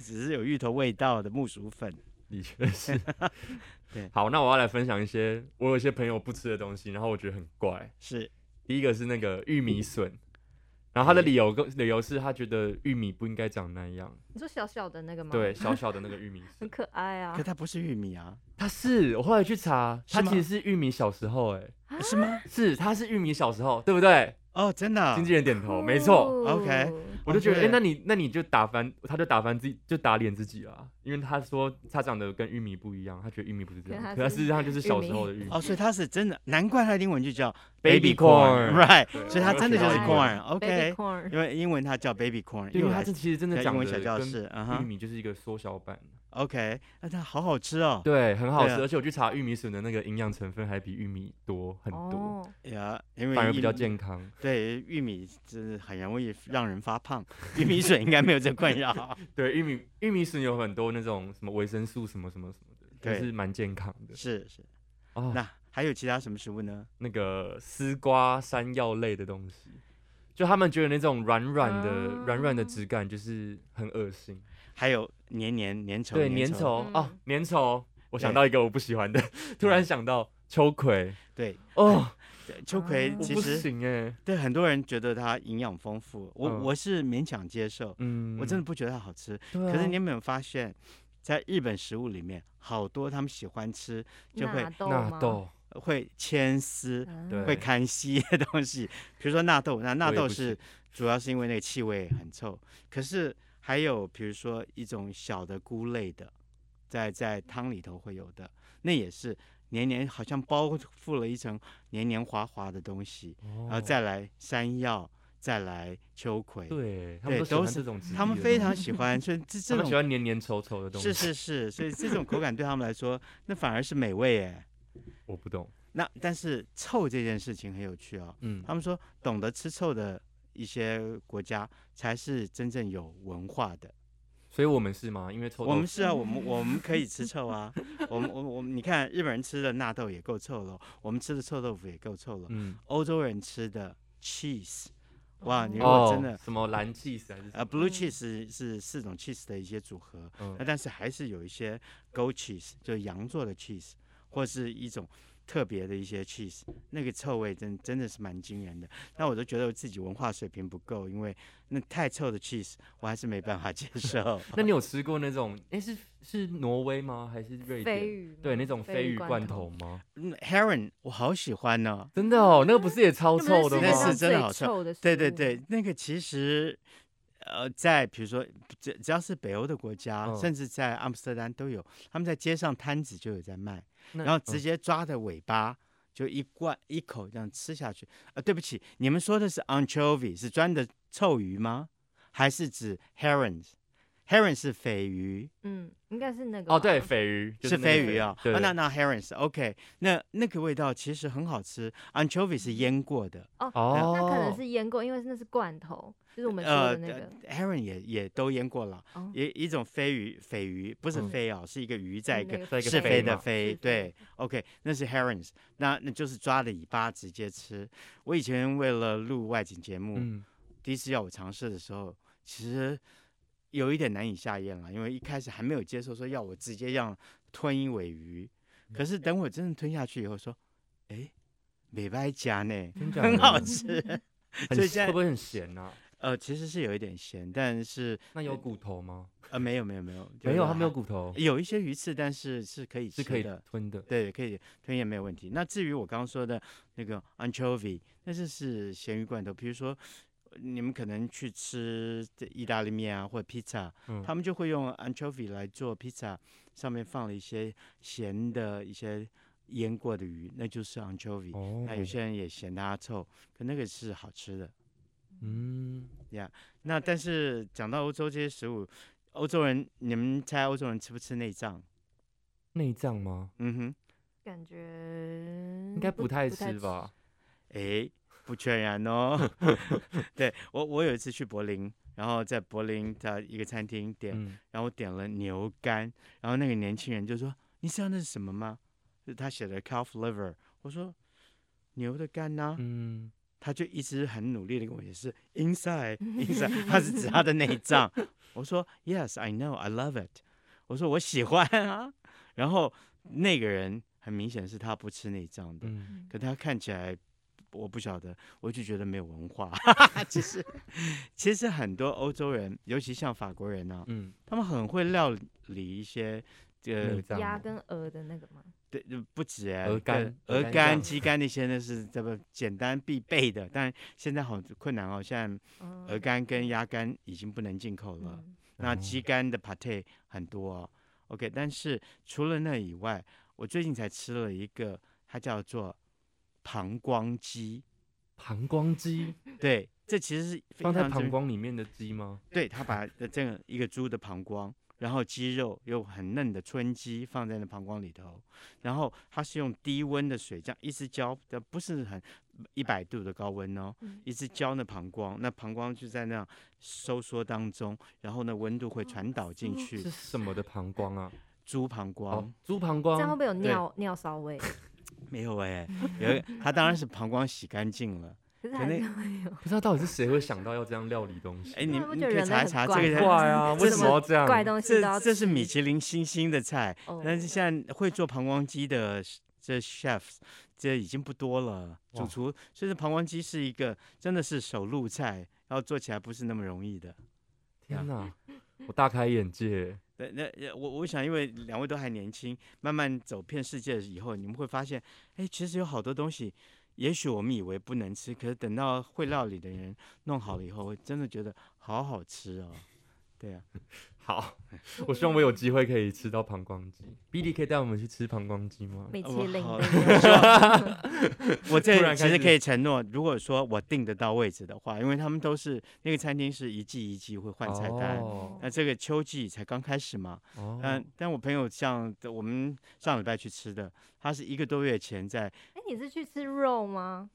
Speaker 4: 只是有芋头味道的木薯粉。。
Speaker 2: 的确是
Speaker 4: 对
Speaker 2: 好，那我要来分享一些我有一些朋友不吃的东西，然后我觉得很怪。
Speaker 4: 是
Speaker 2: 第一个是那个玉米笋，然后他的
Speaker 4: 诶
Speaker 2: 理由跟理由是他觉得玉米不应该长那样，
Speaker 3: 你说小小的那个吗？
Speaker 2: 对，，小小的那个玉 米笋。
Speaker 3: 很可爱啊
Speaker 4: 可。它不是玉米啊，
Speaker 2: 它是我后来去查，
Speaker 4: 是
Speaker 2: 它
Speaker 4: 吗
Speaker 2: 其实是玉米小时候、欸，
Speaker 4: 是吗？
Speaker 2: 是它是玉米小时候，对不对？
Speaker 4: 哦，真的啊、
Speaker 2: 经纪人点头，哦没错。
Speaker 4: ，OK
Speaker 3: 哦
Speaker 2: 我就觉得，哎、
Speaker 4: 哦对
Speaker 2: 那你那你就打翻，他就打翻自己，就打脸自己啦。因为他说他长得跟玉米不一样，他觉得玉米不是这样，可
Speaker 3: 可是
Speaker 2: 他事实上就是小时候的玉米。
Speaker 4: 哦，所以它是真的，难怪它的英文就叫
Speaker 2: Baby corn
Speaker 4: right？
Speaker 2: 对
Speaker 4: 所以它真的就是
Speaker 3: 我
Speaker 4: corn。
Speaker 3: Baby
Speaker 4: OK，
Speaker 3: corn，
Speaker 4: 因为英文它叫 baby corn，
Speaker 2: 对，因
Speaker 4: 又
Speaker 2: 为它
Speaker 4: 来
Speaker 2: 这其实真的
Speaker 4: 在英
Speaker 2: 长
Speaker 4: 文
Speaker 2: 得
Speaker 4: 小教
Speaker 2: 跟
Speaker 4: 室，嗯
Speaker 2: 玉
Speaker 4: 哼
Speaker 2: 米就是一个缩小版。
Speaker 4: ，OK，那它好好吃哦。
Speaker 2: 对，很好吃，
Speaker 4: 对啊
Speaker 2: 而且我去查玉米笋的那个营养成分还比玉米多很多，
Speaker 3: 哦，
Speaker 4: 呀，因为
Speaker 2: 反而比较
Speaker 4: 玉米
Speaker 2: 健康。
Speaker 4: 对，玉米真的很容易让人发胖，玉米水应该没有这困扰。
Speaker 2: 对，玉米玉米笋有很多那种什么维生素什么什么什么的，
Speaker 4: 对
Speaker 2: 就是蛮健康的。
Speaker 4: 是是，
Speaker 2: 哦，那
Speaker 4: 那还有其他什么食物呢？
Speaker 2: 那个丝瓜、山药类的东西，就他们觉得那种软软的、
Speaker 3: 啊
Speaker 2: 软软的质感就是很恶心。
Speaker 4: 还有黏黏粘稠，
Speaker 2: 对，粘稠哦
Speaker 3: 嗯，
Speaker 2: 粘稠，我想
Speaker 4: 对嗯
Speaker 2: 到一个我不喜 欢的，突然想到秋葵。
Speaker 4: 对，
Speaker 2: 哦，
Speaker 4: 对秋葵
Speaker 3: 啊
Speaker 2: 我
Speaker 4: 其
Speaker 2: 不
Speaker 4: 实
Speaker 2: 行哎，
Speaker 4: 对很多人觉得它营养丰富，我
Speaker 2: 嗯
Speaker 4: 我是勉强接受，
Speaker 2: 嗯，
Speaker 4: 我真的不觉得它好吃。
Speaker 2: 对啊。
Speaker 4: 可是你有没有发现，在日本食物里面，好多他们喜欢吃就会
Speaker 3: 纳 豆吗
Speaker 2: 纳豆，
Speaker 4: 会牵丝、
Speaker 3: 啊
Speaker 2: 对
Speaker 4: 会看稀的东西，比如说纳豆，那纳
Speaker 2: 我也
Speaker 4: 豆
Speaker 2: 不
Speaker 4: 是主要是因为那个气味很臭，可是还有比如说一种小的菇类的，在在汤里头会有的，那也是黏黏，好像包覆了一层黏黏滑滑的东西，
Speaker 2: 然
Speaker 4: 然后再来山药、再来秋葵，
Speaker 2: 对他
Speaker 4: 对
Speaker 2: 们都喜
Speaker 4: 都
Speaker 2: 欢
Speaker 4: 是
Speaker 2: 这种质地的东西，
Speaker 4: 他们非常喜欢，所以这
Speaker 2: 他
Speaker 4: 这
Speaker 2: 们喜
Speaker 4: 种
Speaker 2: 欢黏黏稠稠的东西，
Speaker 4: 是是是，所以这种口感对他们来说，那反而是美味哎。
Speaker 2: 我不懂，
Speaker 4: 那但是臭这件事情很有趣哦，
Speaker 2: 嗯
Speaker 4: 他们说懂得吃臭的一些国家才是真正有文化的。
Speaker 2: 所以我们是吗？因为臭豆
Speaker 4: 我们
Speaker 2: 腐
Speaker 4: 是啊，我们我们可以吃臭啊，我们我们我们，你看日本人吃的纳豆也够臭了，我们吃的臭豆腐也够臭了，
Speaker 2: 嗯
Speaker 4: 欧洲人吃的 cheese，哇，你如果真的
Speaker 2: 哦，什么蓝 cheese 还是什
Speaker 4: 呃
Speaker 2: 么
Speaker 4: blue cheese 是是四种 cheese 的一些组合，那
Speaker 2: 嗯
Speaker 4: 但是还是有一些 goat cheese，就是羊做的 cheese，或是一种特别的一些 cheese，那个臭味真真的是蛮惊人的。那我都觉得我自己文化水平不够，因为那太臭的 cheese 我还是没办法接 受。
Speaker 2: 那你有吃过那种？哎，是是挪威吗？还是瑞
Speaker 3: 鲱
Speaker 2: 典？
Speaker 3: 鱼吗
Speaker 2: 对，那种
Speaker 3: 鲱
Speaker 2: 鲱
Speaker 3: 鱼
Speaker 2: 鱼
Speaker 3: 罐
Speaker 2: 罐
Speaker 3: 头
Speaker 2: 头吗？
Speaker 4: 嗯 Heron 我好喜欢呢、
Speaker 2: 真的哦，那个不是也超
Speaker 3: 那
Speaker 2: 臭
Speaker 3: 不
Speaker 2: 的
Speaker 3: 是
Speaker 2: 吗
Speaker 3: 世界？
Speaker 4: 那
Speaker 3: 上
Speaker 4: 是真的
Speaker 3: 最
Speaker 4: 好臭
Speaker 3: 臭的，
Speaker 4: 对对
Speaker 2: 嗯
Speaker 4: 对，，那个其实，呃，在比如说只只要是北欧的国家，
Speaker 2: 嗯
Speaker 4: 甚至在阿姆斯特丹都有，他们在街上摊子就有在卖，
Speaker 2: 那
Speaker 4: 然后
Speaker 2: 嗯
Speaker 4: 直接抓着尾巴。就一罐一口这样吃下去，呃，对不起，你们说的是 anchovy 是专的臭鱼吗？还是指 herons？heron 是鲱鱼，
Speaker 3: 嗯，应该是那个
Speaker 2: 哦，对，
Speaker 3: 吧，
Speaker 2: 鲱鱼就是那个
Speaker 4: 鲱鱼啊、
Speaker 2: 对，
Speaker 4: 啊那那 herons OK，那那个味道其实很好吃，anchovy 是腌过的，
Speaker 2: 哦，
Speaker 3: 那可能是腌过，因为那是罐头，就是我们说
Speaker 4: 呃
Speaker 3: 的那个，
Speaker 4: ，Aaron 也也都腌过了，
Speaker 3: 哦
Speaker 4: 也一种飞鱼，鲱鱼不是
Speaker 2: 嗯
Speaker 4: 飞哦，是一个鱼在一
Speaker 3: 嗯那
Speaker 4: 个
Speaker 2: 在一个
Speaker 4: 是
Speaker 2: 飞
Speaker 4: 非
Speaker 2: 嘛
Speaker 4: 的飞，对，，OK，那是 herons，那那就是抓了尾巴直接吃。我以前为了录外景节目，
Speaker 2: 嗯，
Speaker 4: 第一次要我尝试的时候，其实有一点难以下咽了，因为一开始还没有接受说要我直接让吞一尾鱼，
Speaker 2: 嗯
Speaker 4: 可是等我真的吞下去以后说，哎，美白夹 呢，
Speaker 2: 真假的
Speaker 4: 很好吃。所以
Speaker 2: 很
Speaker 4: 现在
Speaker 2: 会不会很咸呐？
Speaker 4: 呃，其实是有一点咸，但是
Speaker 2: 那有骨头吗？
Speaker 4: 呃，没有没有没有，
Speaker 2: 没有，它没有
Speaker 4: 还
Speaker 2: 骨头，
Speaker 4: 有一些鱼刺，但是是可以
Speaker 2: 啊是
Speaker 4: 吃
Speaker 2: 可以
Speaker 4: 的，
Speaker 2: 吞的。
Speaker 4: 对，可以吞咽没有问题。那至于我刚刚说的那个 anchovy，那就是咸鱼罐头，比如说。你们可能去吃这意大利面啊，或者披萨，
Speaker 2: 嗯
Speaker 4: 他们就会用 anchovy 来做披萨，上面放了一些咸的一些腌过的鱼，那就是 anchovy。
Speaker 2: 哦
Speaker 4: 那有些人也嫌它臭，可那个是好吃的。
Speaker 2: 嗯，
Speaker 4: 那但是讲到欧洲这些食物，欧洲人，你们猜欧洲人吃不吃内脏？
Speaker 2: 内脏吗？
Speaker 4: 嗯哼，
Speaker 3: 感觉
Speaker 2: 应该不太
Speaker 3: 吃
Speaker 2: 吃？吧？
Speaker 4: 诶，不全然 哦。对我，我有一次去柏林，然后在柏林的一个餐厅点，
Speaker 2: 嗯，
Speaker 4: 然后我点了牛肝，然后那个年轻人就说：“你知道那是什么吗？”就是他写的 calf liver。我说：“牛的肝呐、
Speaker 2: 嗯，
Speaker 4: 他就一直很努力的跟我解释 inside inside，他是指他的内脏。我说 Yes, I know, I love it。我说我喜欢啊。然后那个人很明显是他不吃内脏的，
Speaker 2: 嗯，
Speaker 4: 可他看起来我不晓得，我就觉得没有文化。 其实其实很多欧洲人，尤其像法国人呢、
Speaker 2: 嗯，
Speaker 4: 他们很会料理一些呃
Speaker 2: 内脏
Speaker 3: 鸭
Speaker 2: 吗，
Speaker 3: 跟鹅的那个吗？
Speaker 4: 对，呃不止哎，
Speaker 2: 鹅
Speaker 4: 对
Speaker 2: 肝鹅
Speaker 4: 鹅
Speaker 2: 肝
Speaker 4: 肝、
Speaker 2: 酱
Speaker 4: 鸡肝那些那是这个简单必备的，但现在好困难哦。现在鹅
Speaker 3: 嗯
Speaker 4: 肝跟鸭肝已经不能进口了，
Speaker 3: 嗯
Speaker 4: 那
Speaker 2: 哦
Speaker 4: 鸡肝的 pate 很多哦。OK，但是除了那以外，我最近才吃了一个，它叫做膀胱鸡。
Speaker 2: 膀胱鸡
Speaker 4: 对，这其实是非
Speaker 2: 放在
Speaker 4: 常知
Speaker 2: 膀
Speaker 4: 名，
Speaker 2: 胱里面的鸡吗？
Speaker 4: 对，它把呃这个一个猪的膀胱。然后鸡肉又很嫩的春鸡放在那膀胱里头，然后它是用低温的水这样一直浇，呃不是很一百度的高温哦，
Speaker 3: 嗯
Speaker 4: 一直浇那膀胱，那膀胱就在那样收缩当中，然后呢温度会传导进去
Speaker 2: 是什么的膀胱啊？
Speaker 4: 猪膀
Speaker 2: 哦
Speaker 4: 胱。，
Speaker 2: 猪膀
Speaker 3: 这样会
Speaker 2: 胱
Speaker 3: 不会有尿尿骚味？
Speaker 4: 没有哎、有一个它当然是膀胱洗干净了。
Speaker 3: 可是
Speaker 4: 可
Speaker 3: 还
Speaker 4: 那
Speaker 3: 是会有，
Speaker 2: 不知道到底是谁会想到要这样料理东西？
Speaker 4: 哎，你
Speaker 3: 那不
Speaker 4: 你
Speaker 3: 觉
Speaker 4: 可
Speaker 3: 得
Speaker 4: 以
Speaker 3: 人类
Speaker 4: 查一
Speaker 3: 很
Speaker 4: 查
Speaker 3: 怪
Speaker 4: 这
Speaker 3: 吗
Speaker 4: 个在
Speaker 2: 怪 啊，
Speaker 4: 这
Speaker 2: 为什
Speaker 4: 是
Speaker 2: 么要这样？
Speaker 3: 怪东西都要
Speaker 4: 这这
Speaker 3: 吃
Speaker 4: 是米其林星星的菜，
Speaker 3: 哦
Speaker 4: 但是现在会做膀胱鸡的是这 chefs 这已经不多了，主
Speaker 2: 哇
Speaker 4: 厨所以这膀胱鸡是一个真的是手路菜，然后做起来不是那么容易的。
Speaker 2: 天哪，我大开眼界。
Speaker 4: 那那呃我我想，因为两位都还年轻，慢慢走遍世界以后，你们会发现，哎，其实有好多东西，也许我们以为不能吃，可是等到会料理的人弄好了以后，会真的觉得好好吃哦。对啊，
Speaker 2: 好， 我希望我有机会可以吃到膀胱鸡。B D 可以带我们去吃膀胱鸡吗？
Speaker 3: 米
Speaker 4: 我
Speaker 3: 其林
Speaker 4: 哦好
Speaker 3: 的那个
Speaker 2: 突
Speaker 4: 我这
Speaker 2: 然
Speaker 4: 其
Speaker 2: 开
Speaker 4: 实
Speaker 2: 始
Speaker 4: 可以承诺，如果说我订得到位置的话，因为他们都是那个餐厅是一季一季会换菜单。
Speaker 2: 哦
Speaker 4: 那这个秋季才刚开始嘛，
Speaker 2: 哦，
Speaker 4: 嗯，但我朋友像我们上礼拜去吃的，他是一个多月前在，
Speaker 3: 哎，你是去吃肉吗？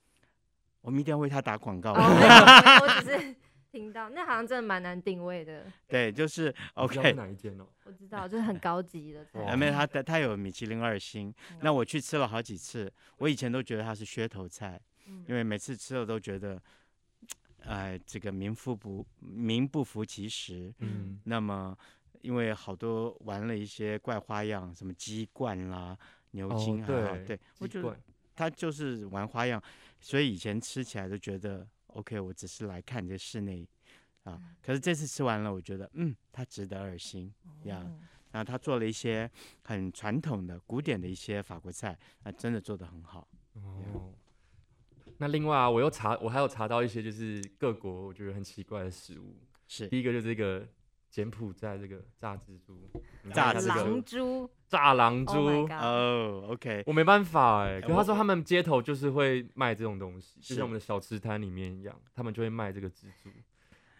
Speaker 4: 我们一定要为他打广告
Speaker 3: 哦，， 没有，我只是听到，那好像真的蛮难定位的。
Speaker 4: 对，就是
Speaker 2: 你知道是
Speaker 4: OK，
Speaker 2: 哪一间哦？
Speaker 3: 我知道，就是很高级的
Speaker 2: 哇
Speaker 3: 菜。
Speaker 4: 啊没有他他有米其林二星，那
Speaker 3: 嗯
Speaker 4: 我去吃了好几次，我以前都觉得它是噱头菜，
Speaker 3: 嗯
Speaker 4: 因为每次吃了都觉得，哎，这个名副不名不符其实，
Speaker 2: 嗯，
Speaker 4: 那么，因为好多玩了一些怪花样，什么鸡冠啦、牛
Speaker 2: 哦
Speaker 4: 筋啊，
Speaker 2: 对
Speaker 4: 对我
Speaker 2: 鸡
Speaker 4: 觉得
Speaker 2: 冠
Speaker 4: 他就是玩花样，所以以前吃起来就觉得 OK，我只是来看这室内
Speaker 3: 嗯
Speaker 4: 啊。可是这次吃完了，我觉得嗯，它值得二星
Speaker 3: 哦
Speaker 4: 呀。
Speaker 3: 嗯
Speaker 4: 然后他做了一些很传统的、古典的一些法国菜，那真的做得很好。
Speaker 2: 哦。那另外啊，我又查，我还有查到一些就是各国我觉得很奇怪的食物。
Speaker 4: 是
Speaker 2: 第一个就是这个柬埔寨这个炸蜘蛛，你知
Speaker 4: 炸
Speaker 2: 道
Speaker 4: 这
Speaker 2: 这
Speaker 4: 蜘
Speaker 2: 个
Speaker 4: 蛛
Speaker 3: 狼猪
Speaker 2: 炸狼
Speaker 3: ，Oh my
Speaker 2: 蛛
Speaker 3: god，
Speaker 4: 哦，OK，
Speaker 2: 我没办法哎、
Speaker 4: 哎
Speaker 2: 可是
Speaker 4: 我
Speaker 2: 他说他们街头就是会卖这种东西，就是像我们的小吃摊里面一样，他们就会卖这个蜘蛛，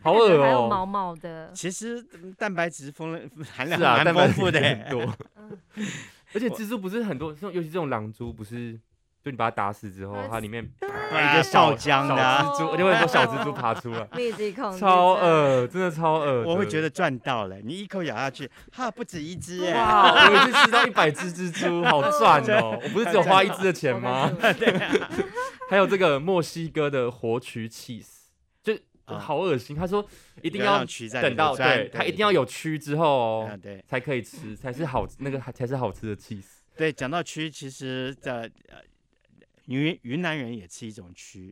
Speaker 3: 它
Speaker 2: 好
Speaker 3: 感觉
Speaker 2: 恶
Speaker 3: 还
Speaker 2: 哦、
Speaker 3: 有毛毛的，
Speaker 4: 其实嗯蛋白质丰 富含量
Speaker 2: 是啊，
Speaker 4: 蛮
Speaker 2: 蛋白
Speaker 4: 丰
Speaker 2: 质
Speaker 4: 富的欸
Speaker 2: 很
Speaker 4: 耶，
Speaker 2: 多，
Speaker 3: 嗯
Speaker 2: 而且蜘蛛不是很多，像尤其这种狼蛛，不是就你把它打死之后
Speaker 3: 它，
Speaker 2: 它里面
Speaker 4: 一些
Speaker 2: 小
Speaker 4: 哎爆浆
Speaker 2: 小
Speaker 4: 的啊。
Speaker 2: 蜘蛛，而且会有很多小蜘蛛爬出 来，
Speaker 3: 密集恐惧
Speaker 2: 超
Speaker 3: 症
Speaker 2: 恶，真的超恶，
Speaker 4: 我会觉
Speaker 2: 得。
Speaker 4: 得赚到了，你一口咬下去，哈，不止一只啊耶！
Speaker 2: 哇！我有一次吃到一百只蜘蛛， 好赚哦！我不 是只有花一只的钱
Speaker 3: 我
Speaker 2: 吗
Speaker 3: 感？觉
Speaker 2: 还有这个墨西哥的活曲 cheese，就
Speaker 4: 啊
Speaker 2: 好恶心。他说一定
Speaker 4: 不要
Speaker 2: 要
Speaker 4: 让蛆在
Speaker 2: 等到对，
Speaker 4: 它
Speaker 2: 它一定要有蛆之后
Speaker 4: 啊，
Speaker 2: 哦，
Speaker 4: 对
Speaker 2: 才可以吃，才是好那个才是好吃的 cheese。
Speaker 4: 对。讲到蛆，其实在呃云云南人也吃一种蛆，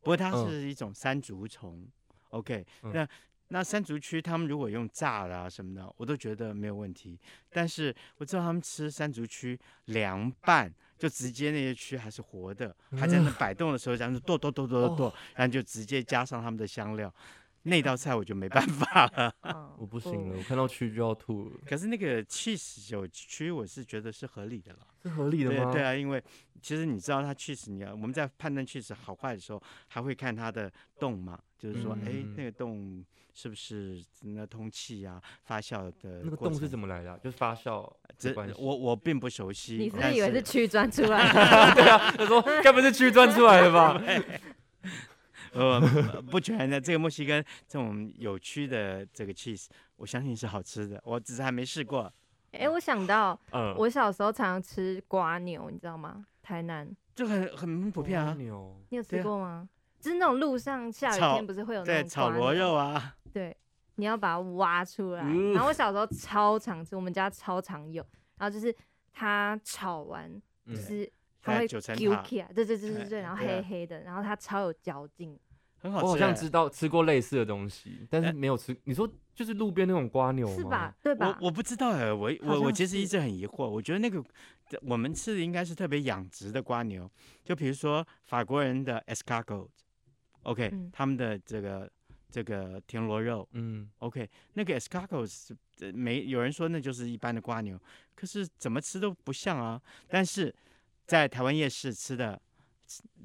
Speaker 4: 不过它
Speaker 2: 嗯
Speaker 4: 是一种山竹虫。OK，
Speaker 2: 嗯
Speaker 4: 那那山竹蛆他们如果用炸的啊什么的，我都觉得没有问题。但是我知道他们吃山竹蛆凉拌。就直接那些蛆还是活的，还在那
Speaker 2: 嗯
Speaker 4: 摆动的时候，然后就剁剁剁剁剁
Speaker 2: 哦
Speaker 4: 剁，然后就直接加上他们的香料，那道菜我就没办法 了。
Speaker 3: 嗯
Speaker 2: 我不行了，我看到蛆就要吐了，
Speaker 4: 可是那个 cheese 有区，我是觉得是合理的了。
Speaker 2: 是合理的
Speaker 4: 对
Speaker 2: 吗？
Speaker 4: 对啊，因为其实你知道它 cheese，你要我们在判断 cheese 好坏的时候，还会看它的洞嘛，就是说，哎、
Speaker 2: 嗯
Speaker 4: 那个洞是不是那通气啊、发酵的
Speaker 2: 那个
Speaker 4: 过
Speaker 2: 洞是
Speaker 4: 程
Speaker 2: 怎么来的啊？就是发酵的
Speaker 4: 这
Speaker 2: 关系。
Speaker 4: 我我并不熟悉。
Speaker 3: 你是不
Speaker 4: 但
Speaker 3: 是以为是
Speaker 4: 是
Speaker 3: 蛆钻出来的？
Speaker 2: 他说该不是蛆钻出来的吧？
Speaker 4: 呃不全的？这个墨西哥这种有趣的这个 cheese，我相信是好吃的，我只是还没试过。
Speaker 3: 哎，我想到
Speaker 2: 嗯，
Speaker 3: 我小时候常常吃瓜牛，你知道吗？台南，
Speaker 4: 这个很很普遍啊，
Speaker 2: 牛
Speaker 3: 哦你有
Speaker 4: 对
Speaker 3: 吃
Speaker 4: 啊
Speaker 3: 过吗？就是那种路上下雨
Speaker 4: 炒
Speaker 3: 天不是会有那
Speaker 4: 对，
Speaker 3: 种
Speaker 4: 炒
Speaker 3: 瓜
Speaker 4: 螺
Speaker 3: 牛
Speaker 4: 肉啊，
Speaker 3: 对，你要把它挖出来。
Speaker 2: 嗯
Speaker 3: 然后我小时候超常吃，我们家超常有。然后就是它炒完，
Speaker 2: 嗯
Speaker 3: 就是它
Speaker 4: 在
Speaker 3: 会
Speaker 4: 九层
Speaker 3: 揪
Speaker 4: 塔
Speaker 3: 起来，对对对对
Speaker 4: 哎
Speaker 3: 对，然后
Speaker 4: 对啊
Speaker 3: 黑黑的，然后它超有嚼劲。
Speaker 4: 很好
Speaker 2: 我
Speaker 4: 吃、欸
Speaker 2: 好像知道吃过类似的东西，但是没有吃。你说就是路边那种瓜牛吗？
Speaker 3: 是吧？？对
Speaker 4: 我
Speaker 3: 吧？
Speaker 4: 我不知道哎，我
Speaker 3: 好
Speaker 4: 我我
Speaker 3: 像
Speaker 4: 其实一
Speaker 3: 是
Speaker 4: 直很疑惑，我觉得那个我们吃的应该是特别养殖的瓜牛，就比如说法国人的 escargot，OK，、OK，
Speaker 3: 嗯
Speaker 4: 他们的这个这个田螺肉
Speaker 2: 嗯，
Speaker 4: ，OK，那个 escargot 是呃没有人说那就是一般的瓜牛，可是怎么吃都不像啊。但是在台湾夜市吃的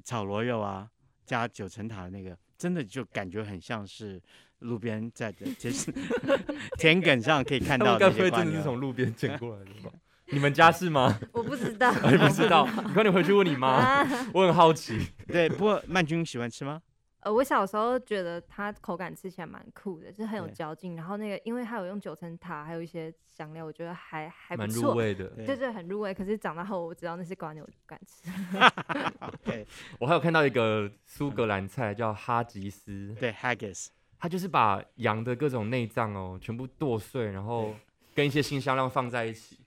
Speaker 4: 炒螺肉啊，加九层塔的那个，真的就感觉很像是路边在的，就是 田埂上可以看
Speaker 2: 他
Speaker 4: 到
Speaker 2: 们该
Speaker 4: 的
Speaker 2: 不
Speaker 4: 那些
Speaker 2: 会
Speaker 4: 瓜
Speaker 2: 真的
Speaker 4: 牛
Speaker 2: 是。从路边捡过来的吧？你们家是 吗？
Speaker 3: 我不知道，
Speaker 2: 我也不知道， 你快点回去问你哎妈，
Speaker 3: 啊。
Speaker 2: 我很好奇。
Speaker 4: 对，不过曼君喜欢 吃吗？
Speaker 3: 呃，我小时候觉得它口感吃起来蛮酷的，就是很有
Speaker 4: 对
Speaker 3: 嚼劲。然后那个，因为它有用九层塔，还有一些香料，我觉得还 还不
Speaker 2: 蛮入
Speaker 3: 错。
Speaker 2: 味的。
Speaker 3: 对对，很入味。可是长大后，我知道那是瓜牛，我就不敢吃。
Speaker 4: 对
Speaker 2: 我还有看到一个苏格兰菜叫哈吉斯，
Speaker 4: 对，haggis，
Speaker 2: 它就是把羊的各种内脏哦全部剁碎，然后跟一些新香料放在一起，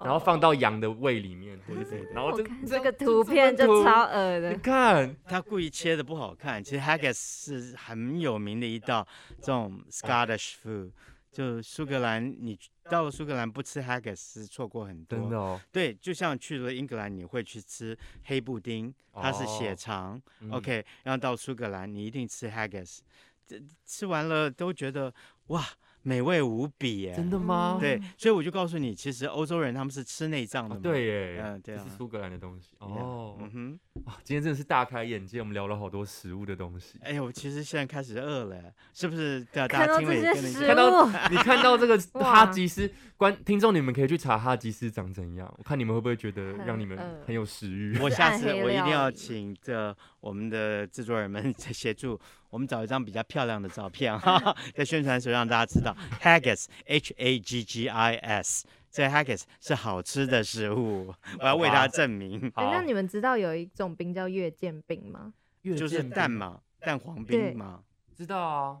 Speaker 2: 然后放到羊的胃里面。
Speaker 4: 对对对，
Speaker 2: 然后
Speaker 3: 哦 我
Speaker 2: 哦这
Speaker 3: 看
Speaker 2: 这
Speaker 3: 这个图片
Speaker 2: 这
Speaker 3: 就
Speaker 2: 张
Speaker 3: 超恶
Speaker 2: 你
Speaker 3: 的。
Speaker 2: 看，
Speaker 4: 他故意切的不好看。其实 haggis 是很有名的一道这种 Scottish food，就苏格兰，你到了苏格兰不吃 haggis 是错过很多。
Speaker 2: 真的哦。
Speaker 4: 对，就像去了英格兰，你会去吃黑布丁，它是血
Speaker 2: 哦
Speaker 4: 肠。
Speaker 2: 嗯
Speaker 4: OK，然后到苏格兰，你一定吃 haggis，这吃完了都觉得哇，美味无比耶。
Speaker 2: 真的吗？
Speaker 4: 对，所以我就告诉你，其实欧洲人他们是吃内脏的
Speaker 2: 哦
Speaker 4: 嘛。
Speaker 2: 对耶，
Speaker 4: 嗯对
Speaker 2: 这
Speaker 4: 啊
Speaker 2: 是苏格兰的东西
Speaker 4: 对啊
Speaker 2: 哦。
Speaker 4: 嗯哼，
Speaker 2: 哇，今天真的是大开眼界，我们聊了好多食物的东西。
Speaker 4: 哎呀，我其实现在开始饿了，是不是？对啊，大
Speaker 3: 看
Speaker 4: 家
Speaker 3: 到
Speaker 4: 听了
Speaker 3: 这
Speaker 4: 也
Speaker 3: 些
Speaker 4: 跟着一
Speaker 3: 食
Speaker 4: 起
Speaker 2: 看 到
Speaker 3: 物，
Speaker 2: 你看到这个
Speaker 3: 哇
Speaker 2: 哈吉斯，观听众你们可以去查哈吉斯长怎样，我看你们会不会觉得让你们
Speaker 3: 很饿
Speaker 2: 很有食欲。
Speaker 4: 我下
Speaker 3: 暗
Speaker 4: 次
Speaker 3: 黑
Speaker 4: 我一定
Speaker 3: 料
Speaker 4: 要
Speaker 3: 理
Speaker 4: 请这我们的制作人们 协助，我们找一张比较漂亮的照片哈哈，
Speaker 3: 嗯
Speaker 4: 在宣传的时候让大家知道 haggis H A G G I S。这 haggis 是好吃的食物，我要为
Speaker 2: 好
Speaker 4: 它
Speaker 2: 啊
Speaker 4: 证明，
Speaker 3: 哎
Speaker 2: 好
Speaker 3: 那你们知道有一种冰叫月见冰吗？
Speaker 4: 就是蛋嘛，蛋黄
Speaker 3: 对
Speaker 4: 冰嘛，
Speaker 2: 知道啊，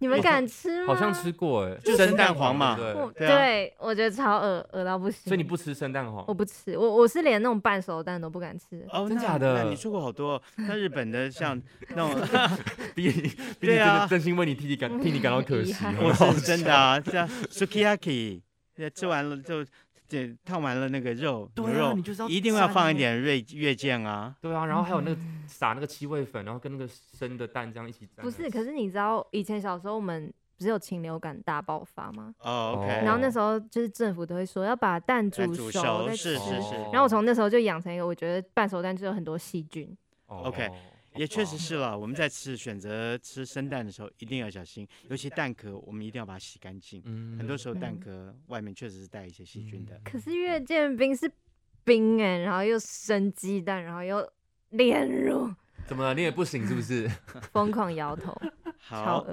Speaker 3: 你们
Speaker 4: 我
Speaker 3: 敢吃吗？
Speaker 2: 好像吃过哎，
Speaker 4: 嗯就是生蛋黄嘛
Speaker 2: 对不
Speaker 3: 我，
Speaker 2: 对，
Speaker 4: 对啊
Speaker 3: 对我觉得超恶恶到不行。
Speaker 2: 所以你不吃生蛋黄
Speaker 3: 我，不吃，我我是连那种半熟蛋都不敢吃。
Speaker 4: 哦，
Speaker 2: 真
Speaker 4: 那
Speaker 2: 假
Speaker 4: 那
Speaker 2: 的
Speaker 4: 你吃过好多哦，那日本 的像那种，
Speaker 2: 比你比你
Speaker 4: 对
Speaker 2: 真
Speaker 4: 啊
Speaker 2: 的真心为你替你感替你感到可
Speaker 3: 遗
Speaker 2: 惜。
Speaker 3: 憾
Speaker 2: 好不
Speaker 4: 我
Speaker 2: 好
Speaker 4: 是真的啊，像 sukiyaki，呃吃完了就这烫完了那个肉牛
Speaker 2: 对啊，
Speaker 4: 肉
Speaker 2: 你，就是要
Speaker 4: 一定要放
Speaker 2: 蘸那个。
Speaker 4: 一点月月见啊，
Speaker 2: 对啊，然后还有那个撒那个七味粉，然后跟那个生的蛋这样一起蘸。
Speaker 3: 不是，可是你知道以前小时候我们不是有禽流感大爆发吗？
Speaker 4: 哦，OK，
Speaker 3: 然后那时候就是政府都会说要把蛋
Speaker 4: 蛋
Speaker 3: 煮
Speaker 4: 煮
Speaker 3: 熟
Speaker 4: 熟
Speaker 3: 再
Speaker 4: 是
Speaker 3: 吃。
Speaker 4: 是是
Speaker 2: 哦
Speaker 3: 然后我从那时候就养成一个，我觉得半熟蛋就有很多细菌。
Speaker 2: 哦
Speaker 4: OK，也确实是了。我们在吃选择吃生蛋的时候，一定要小心，尤其蛋壳，我们一定要把它洗干净。
Speaker 2: 嗯
Speaker 4: 很多时候蛋
Speaker 3: 嗯
Speaker 4: 壳外面确实是带一些细菌的。
Speaker 3: 可是月见冰是冰哎、然后又生鸡蛋，然后又炼乳，
Speaker 2: 嗯怎么了？你也不行是不是？
Speaker 3: 疯狂摇 头。超
Speaker 4: 好，
Speaker 3: 恶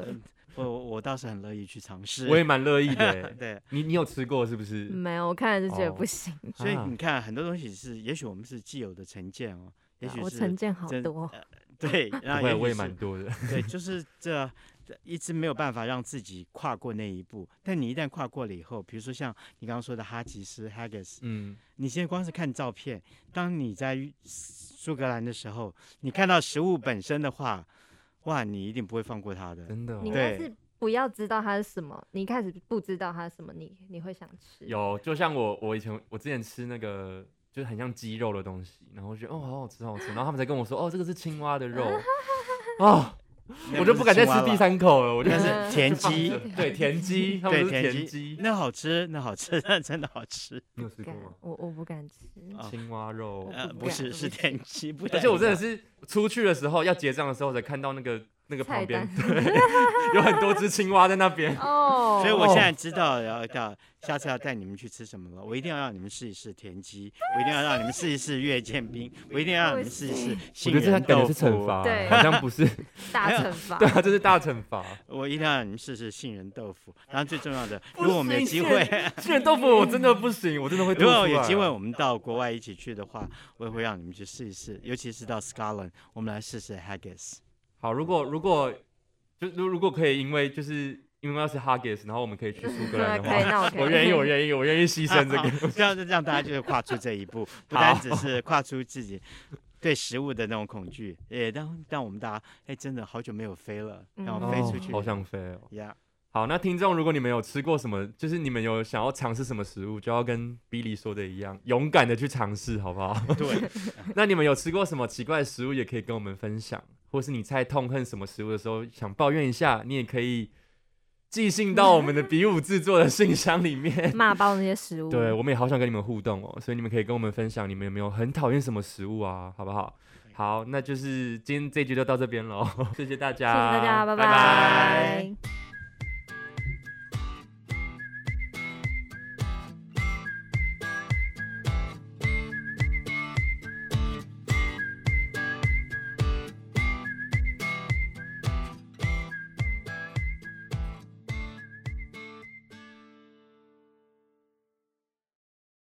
Speaker 4: 呃我我倒是很乐意去尝试。。
Speaker 2: 我也蛮乐意的欸
Speaker 4: 对，
Speaker 2: 你你有吃过是不是？
Speaker 3: 没有，我看了就觉得
Speaker 2: 哦
Speaker 3: 不行。
Speaker 4: 所以
Speaker 2: 啊
Speaker 4: 你看，很多东西是，也许我们是既有的成见哦， 也许
Speaker 3: 啊我成
Speaker 4: 是
Speaker 3: 见好
Speaker 4: 真呃
Speaker 3: 多，
Speaker 4: 对，
Speaker 2: 不
Speaker 4: 然后
Speaker 2: 会，我也
Speaker 4: 也许是
Speaker 2: 蛮多 的。
Speaker 4: 对，就是这这一直没有办法让自己跨过那一步。但你一旦跨过了以后，比如说像你刚刚说的哈吉斯 （haggis），
Speaker 2: 嗯，
Speaker 4: 你现在光是看照片，当你在苏格兰的时候，你看到食物本身的话，哇，你一定不会放过它的。
Speaker 2: 真的哦
Speaker 3: 你应该
Speaker 4: 对
Speaker 3: 是不要知道它是什么，你一开始不知道它是什么，你你会想吃。
Speaker 2: 有，就像我我以前我之前吃那个。就是很像鸡肉的东西，然后我觉得哦好好吃好好吃，然后他们才跟我说哦这个是青蛙的 肉，哦
Speaker 4: 那
Speaker 2: 我就不
Speaker 4: 不
Speaker 2: 敢再
Speaker 4: 是青蛙
Speaker 2: 吃第
Speaker 4: 了，
Speaker 2: 三口了，我就
Speaker 4: 但
Speaker 2: 是
Speaker 3: 嗯
Speaker 4: 是田鸡，
Speaker 2: 对田鸡， 他们
Speaker 4: 对
Speaker 2: 都是
Speaker 4: 田
Speaker 2: 田
Speaker 4: 鸡
Speaker 2: 鸡，
Speaker 4: 那好吃，那好吃，那真的好吃。
Speaker 2: 你有吃过
Speaker 3: 敢
Speaker 2: 吗？
Speaker 3: 我我不敢吃，
Speaker 4: 啊
Speaker 2: 青蛙肉，哦
Speaker 4: 呃，
Speaker 3: 不
Speaker 4: 不
Speaker 3: 敢
Speaker 4: 是，
Speaker 3: 不
Speaker 4: 是
Speaker 3: 行
Speaker 4: 田鸡，不
Speaker 2: 而且我真的
Speaker 4: 是
Speaker 2: 是出去的时候要结账的时候才看到那个那个
Speaker 3: 菜
Speaker 2: 旁边
Speaker 3: 单
Speaker 2: 有很多只青蛙在那边。
Speaker 3: 哦
Speaker 4: 所以我现在知道要要下次要带你们去吃什么了。我一定要让你们试一试田鸡，我一定要让你们试一试月见冰，我一定要让你们试一试
Speaker 2: 我
Speaker 4: 杏
Speaker 2: 觉得这
Speaker 4: 仁
Speaker 2: 感
Speaker 4: 豆
Speaker 2: 觉
Speaker 4: 腐。
Speaker 2: 是惩罚，欸
Speaker 3: 对
Speaker 2: 好像不是，
Speaker 3: 大惩罚
Speaker 2: 对。啊，这是大惩罚。
Speaker 4: 我一定要让你们试试杏仁豆腐。然后最重要的，如果我们有机会，
Speaker 2: 杏仁豆腐啊我真的不行，我真的会吐
Speaker 4: 如
Speaker 2: 出
Speaker 4: 果
Speaker 2: 来。
Speaker 4: 有机会我们到国外一起去的话，我也会让你们去试一试，尤其是到 Scotland，我们来试试 haggis。
Speaker 2: 好，如果如果就如如果可以，因为就是因为要是 Haggis，然后我们可以去苏格兰的
Speaker 3: 可以那
Speaker 2: 话
Speaker 3: 我，可以
Speaker 2: 我愿意，我愿意，我愿意牺牲这个。
Speaker 4: 这样让大家就是跨出这一 步，不
Speaker 2: 好
Speaker 4: 单只是跨出自己对食物的那种恐惧，也让让我们大家哎，真的好久没有飞了，让
Speaker 3: 嗯
Speaker 4: 我们飞出
Speaker 2: 哦
Speaker 4: 去
Speaker 2: 好想飞哦。
Speaker 4: 呀。
Speaker 2: 好，那听众，如果你们有吃过什么，就是你们有想要尝试什么食物，就要跟 Billy 说的一样，勇敢的去尝试，好不好？
Speaker 4: 对，
Speaker 2: 那你们有吃过什么奇怪的食物，也可以跟我们分享，或是你在痛恨什么食物的时候想抱怨一下，你也可以寄信到我们的比武制作的信箱里 面。
Speaker 3: 骂爆那些食物。
Speaker 2: 对，我们也好想跟你们互动哦，所以你们可以跟我们分享你们有没有很讨厌什么食物啊，好不好？ 好，那就是今天这一集就到这边喽，谢谢大
Speaker 3: 谢谢
Speaker 2: 家，
Speaker 3: 大家，拜
Speaker 2: 拜
Speaker 4: 拜
Speaker 3: 拜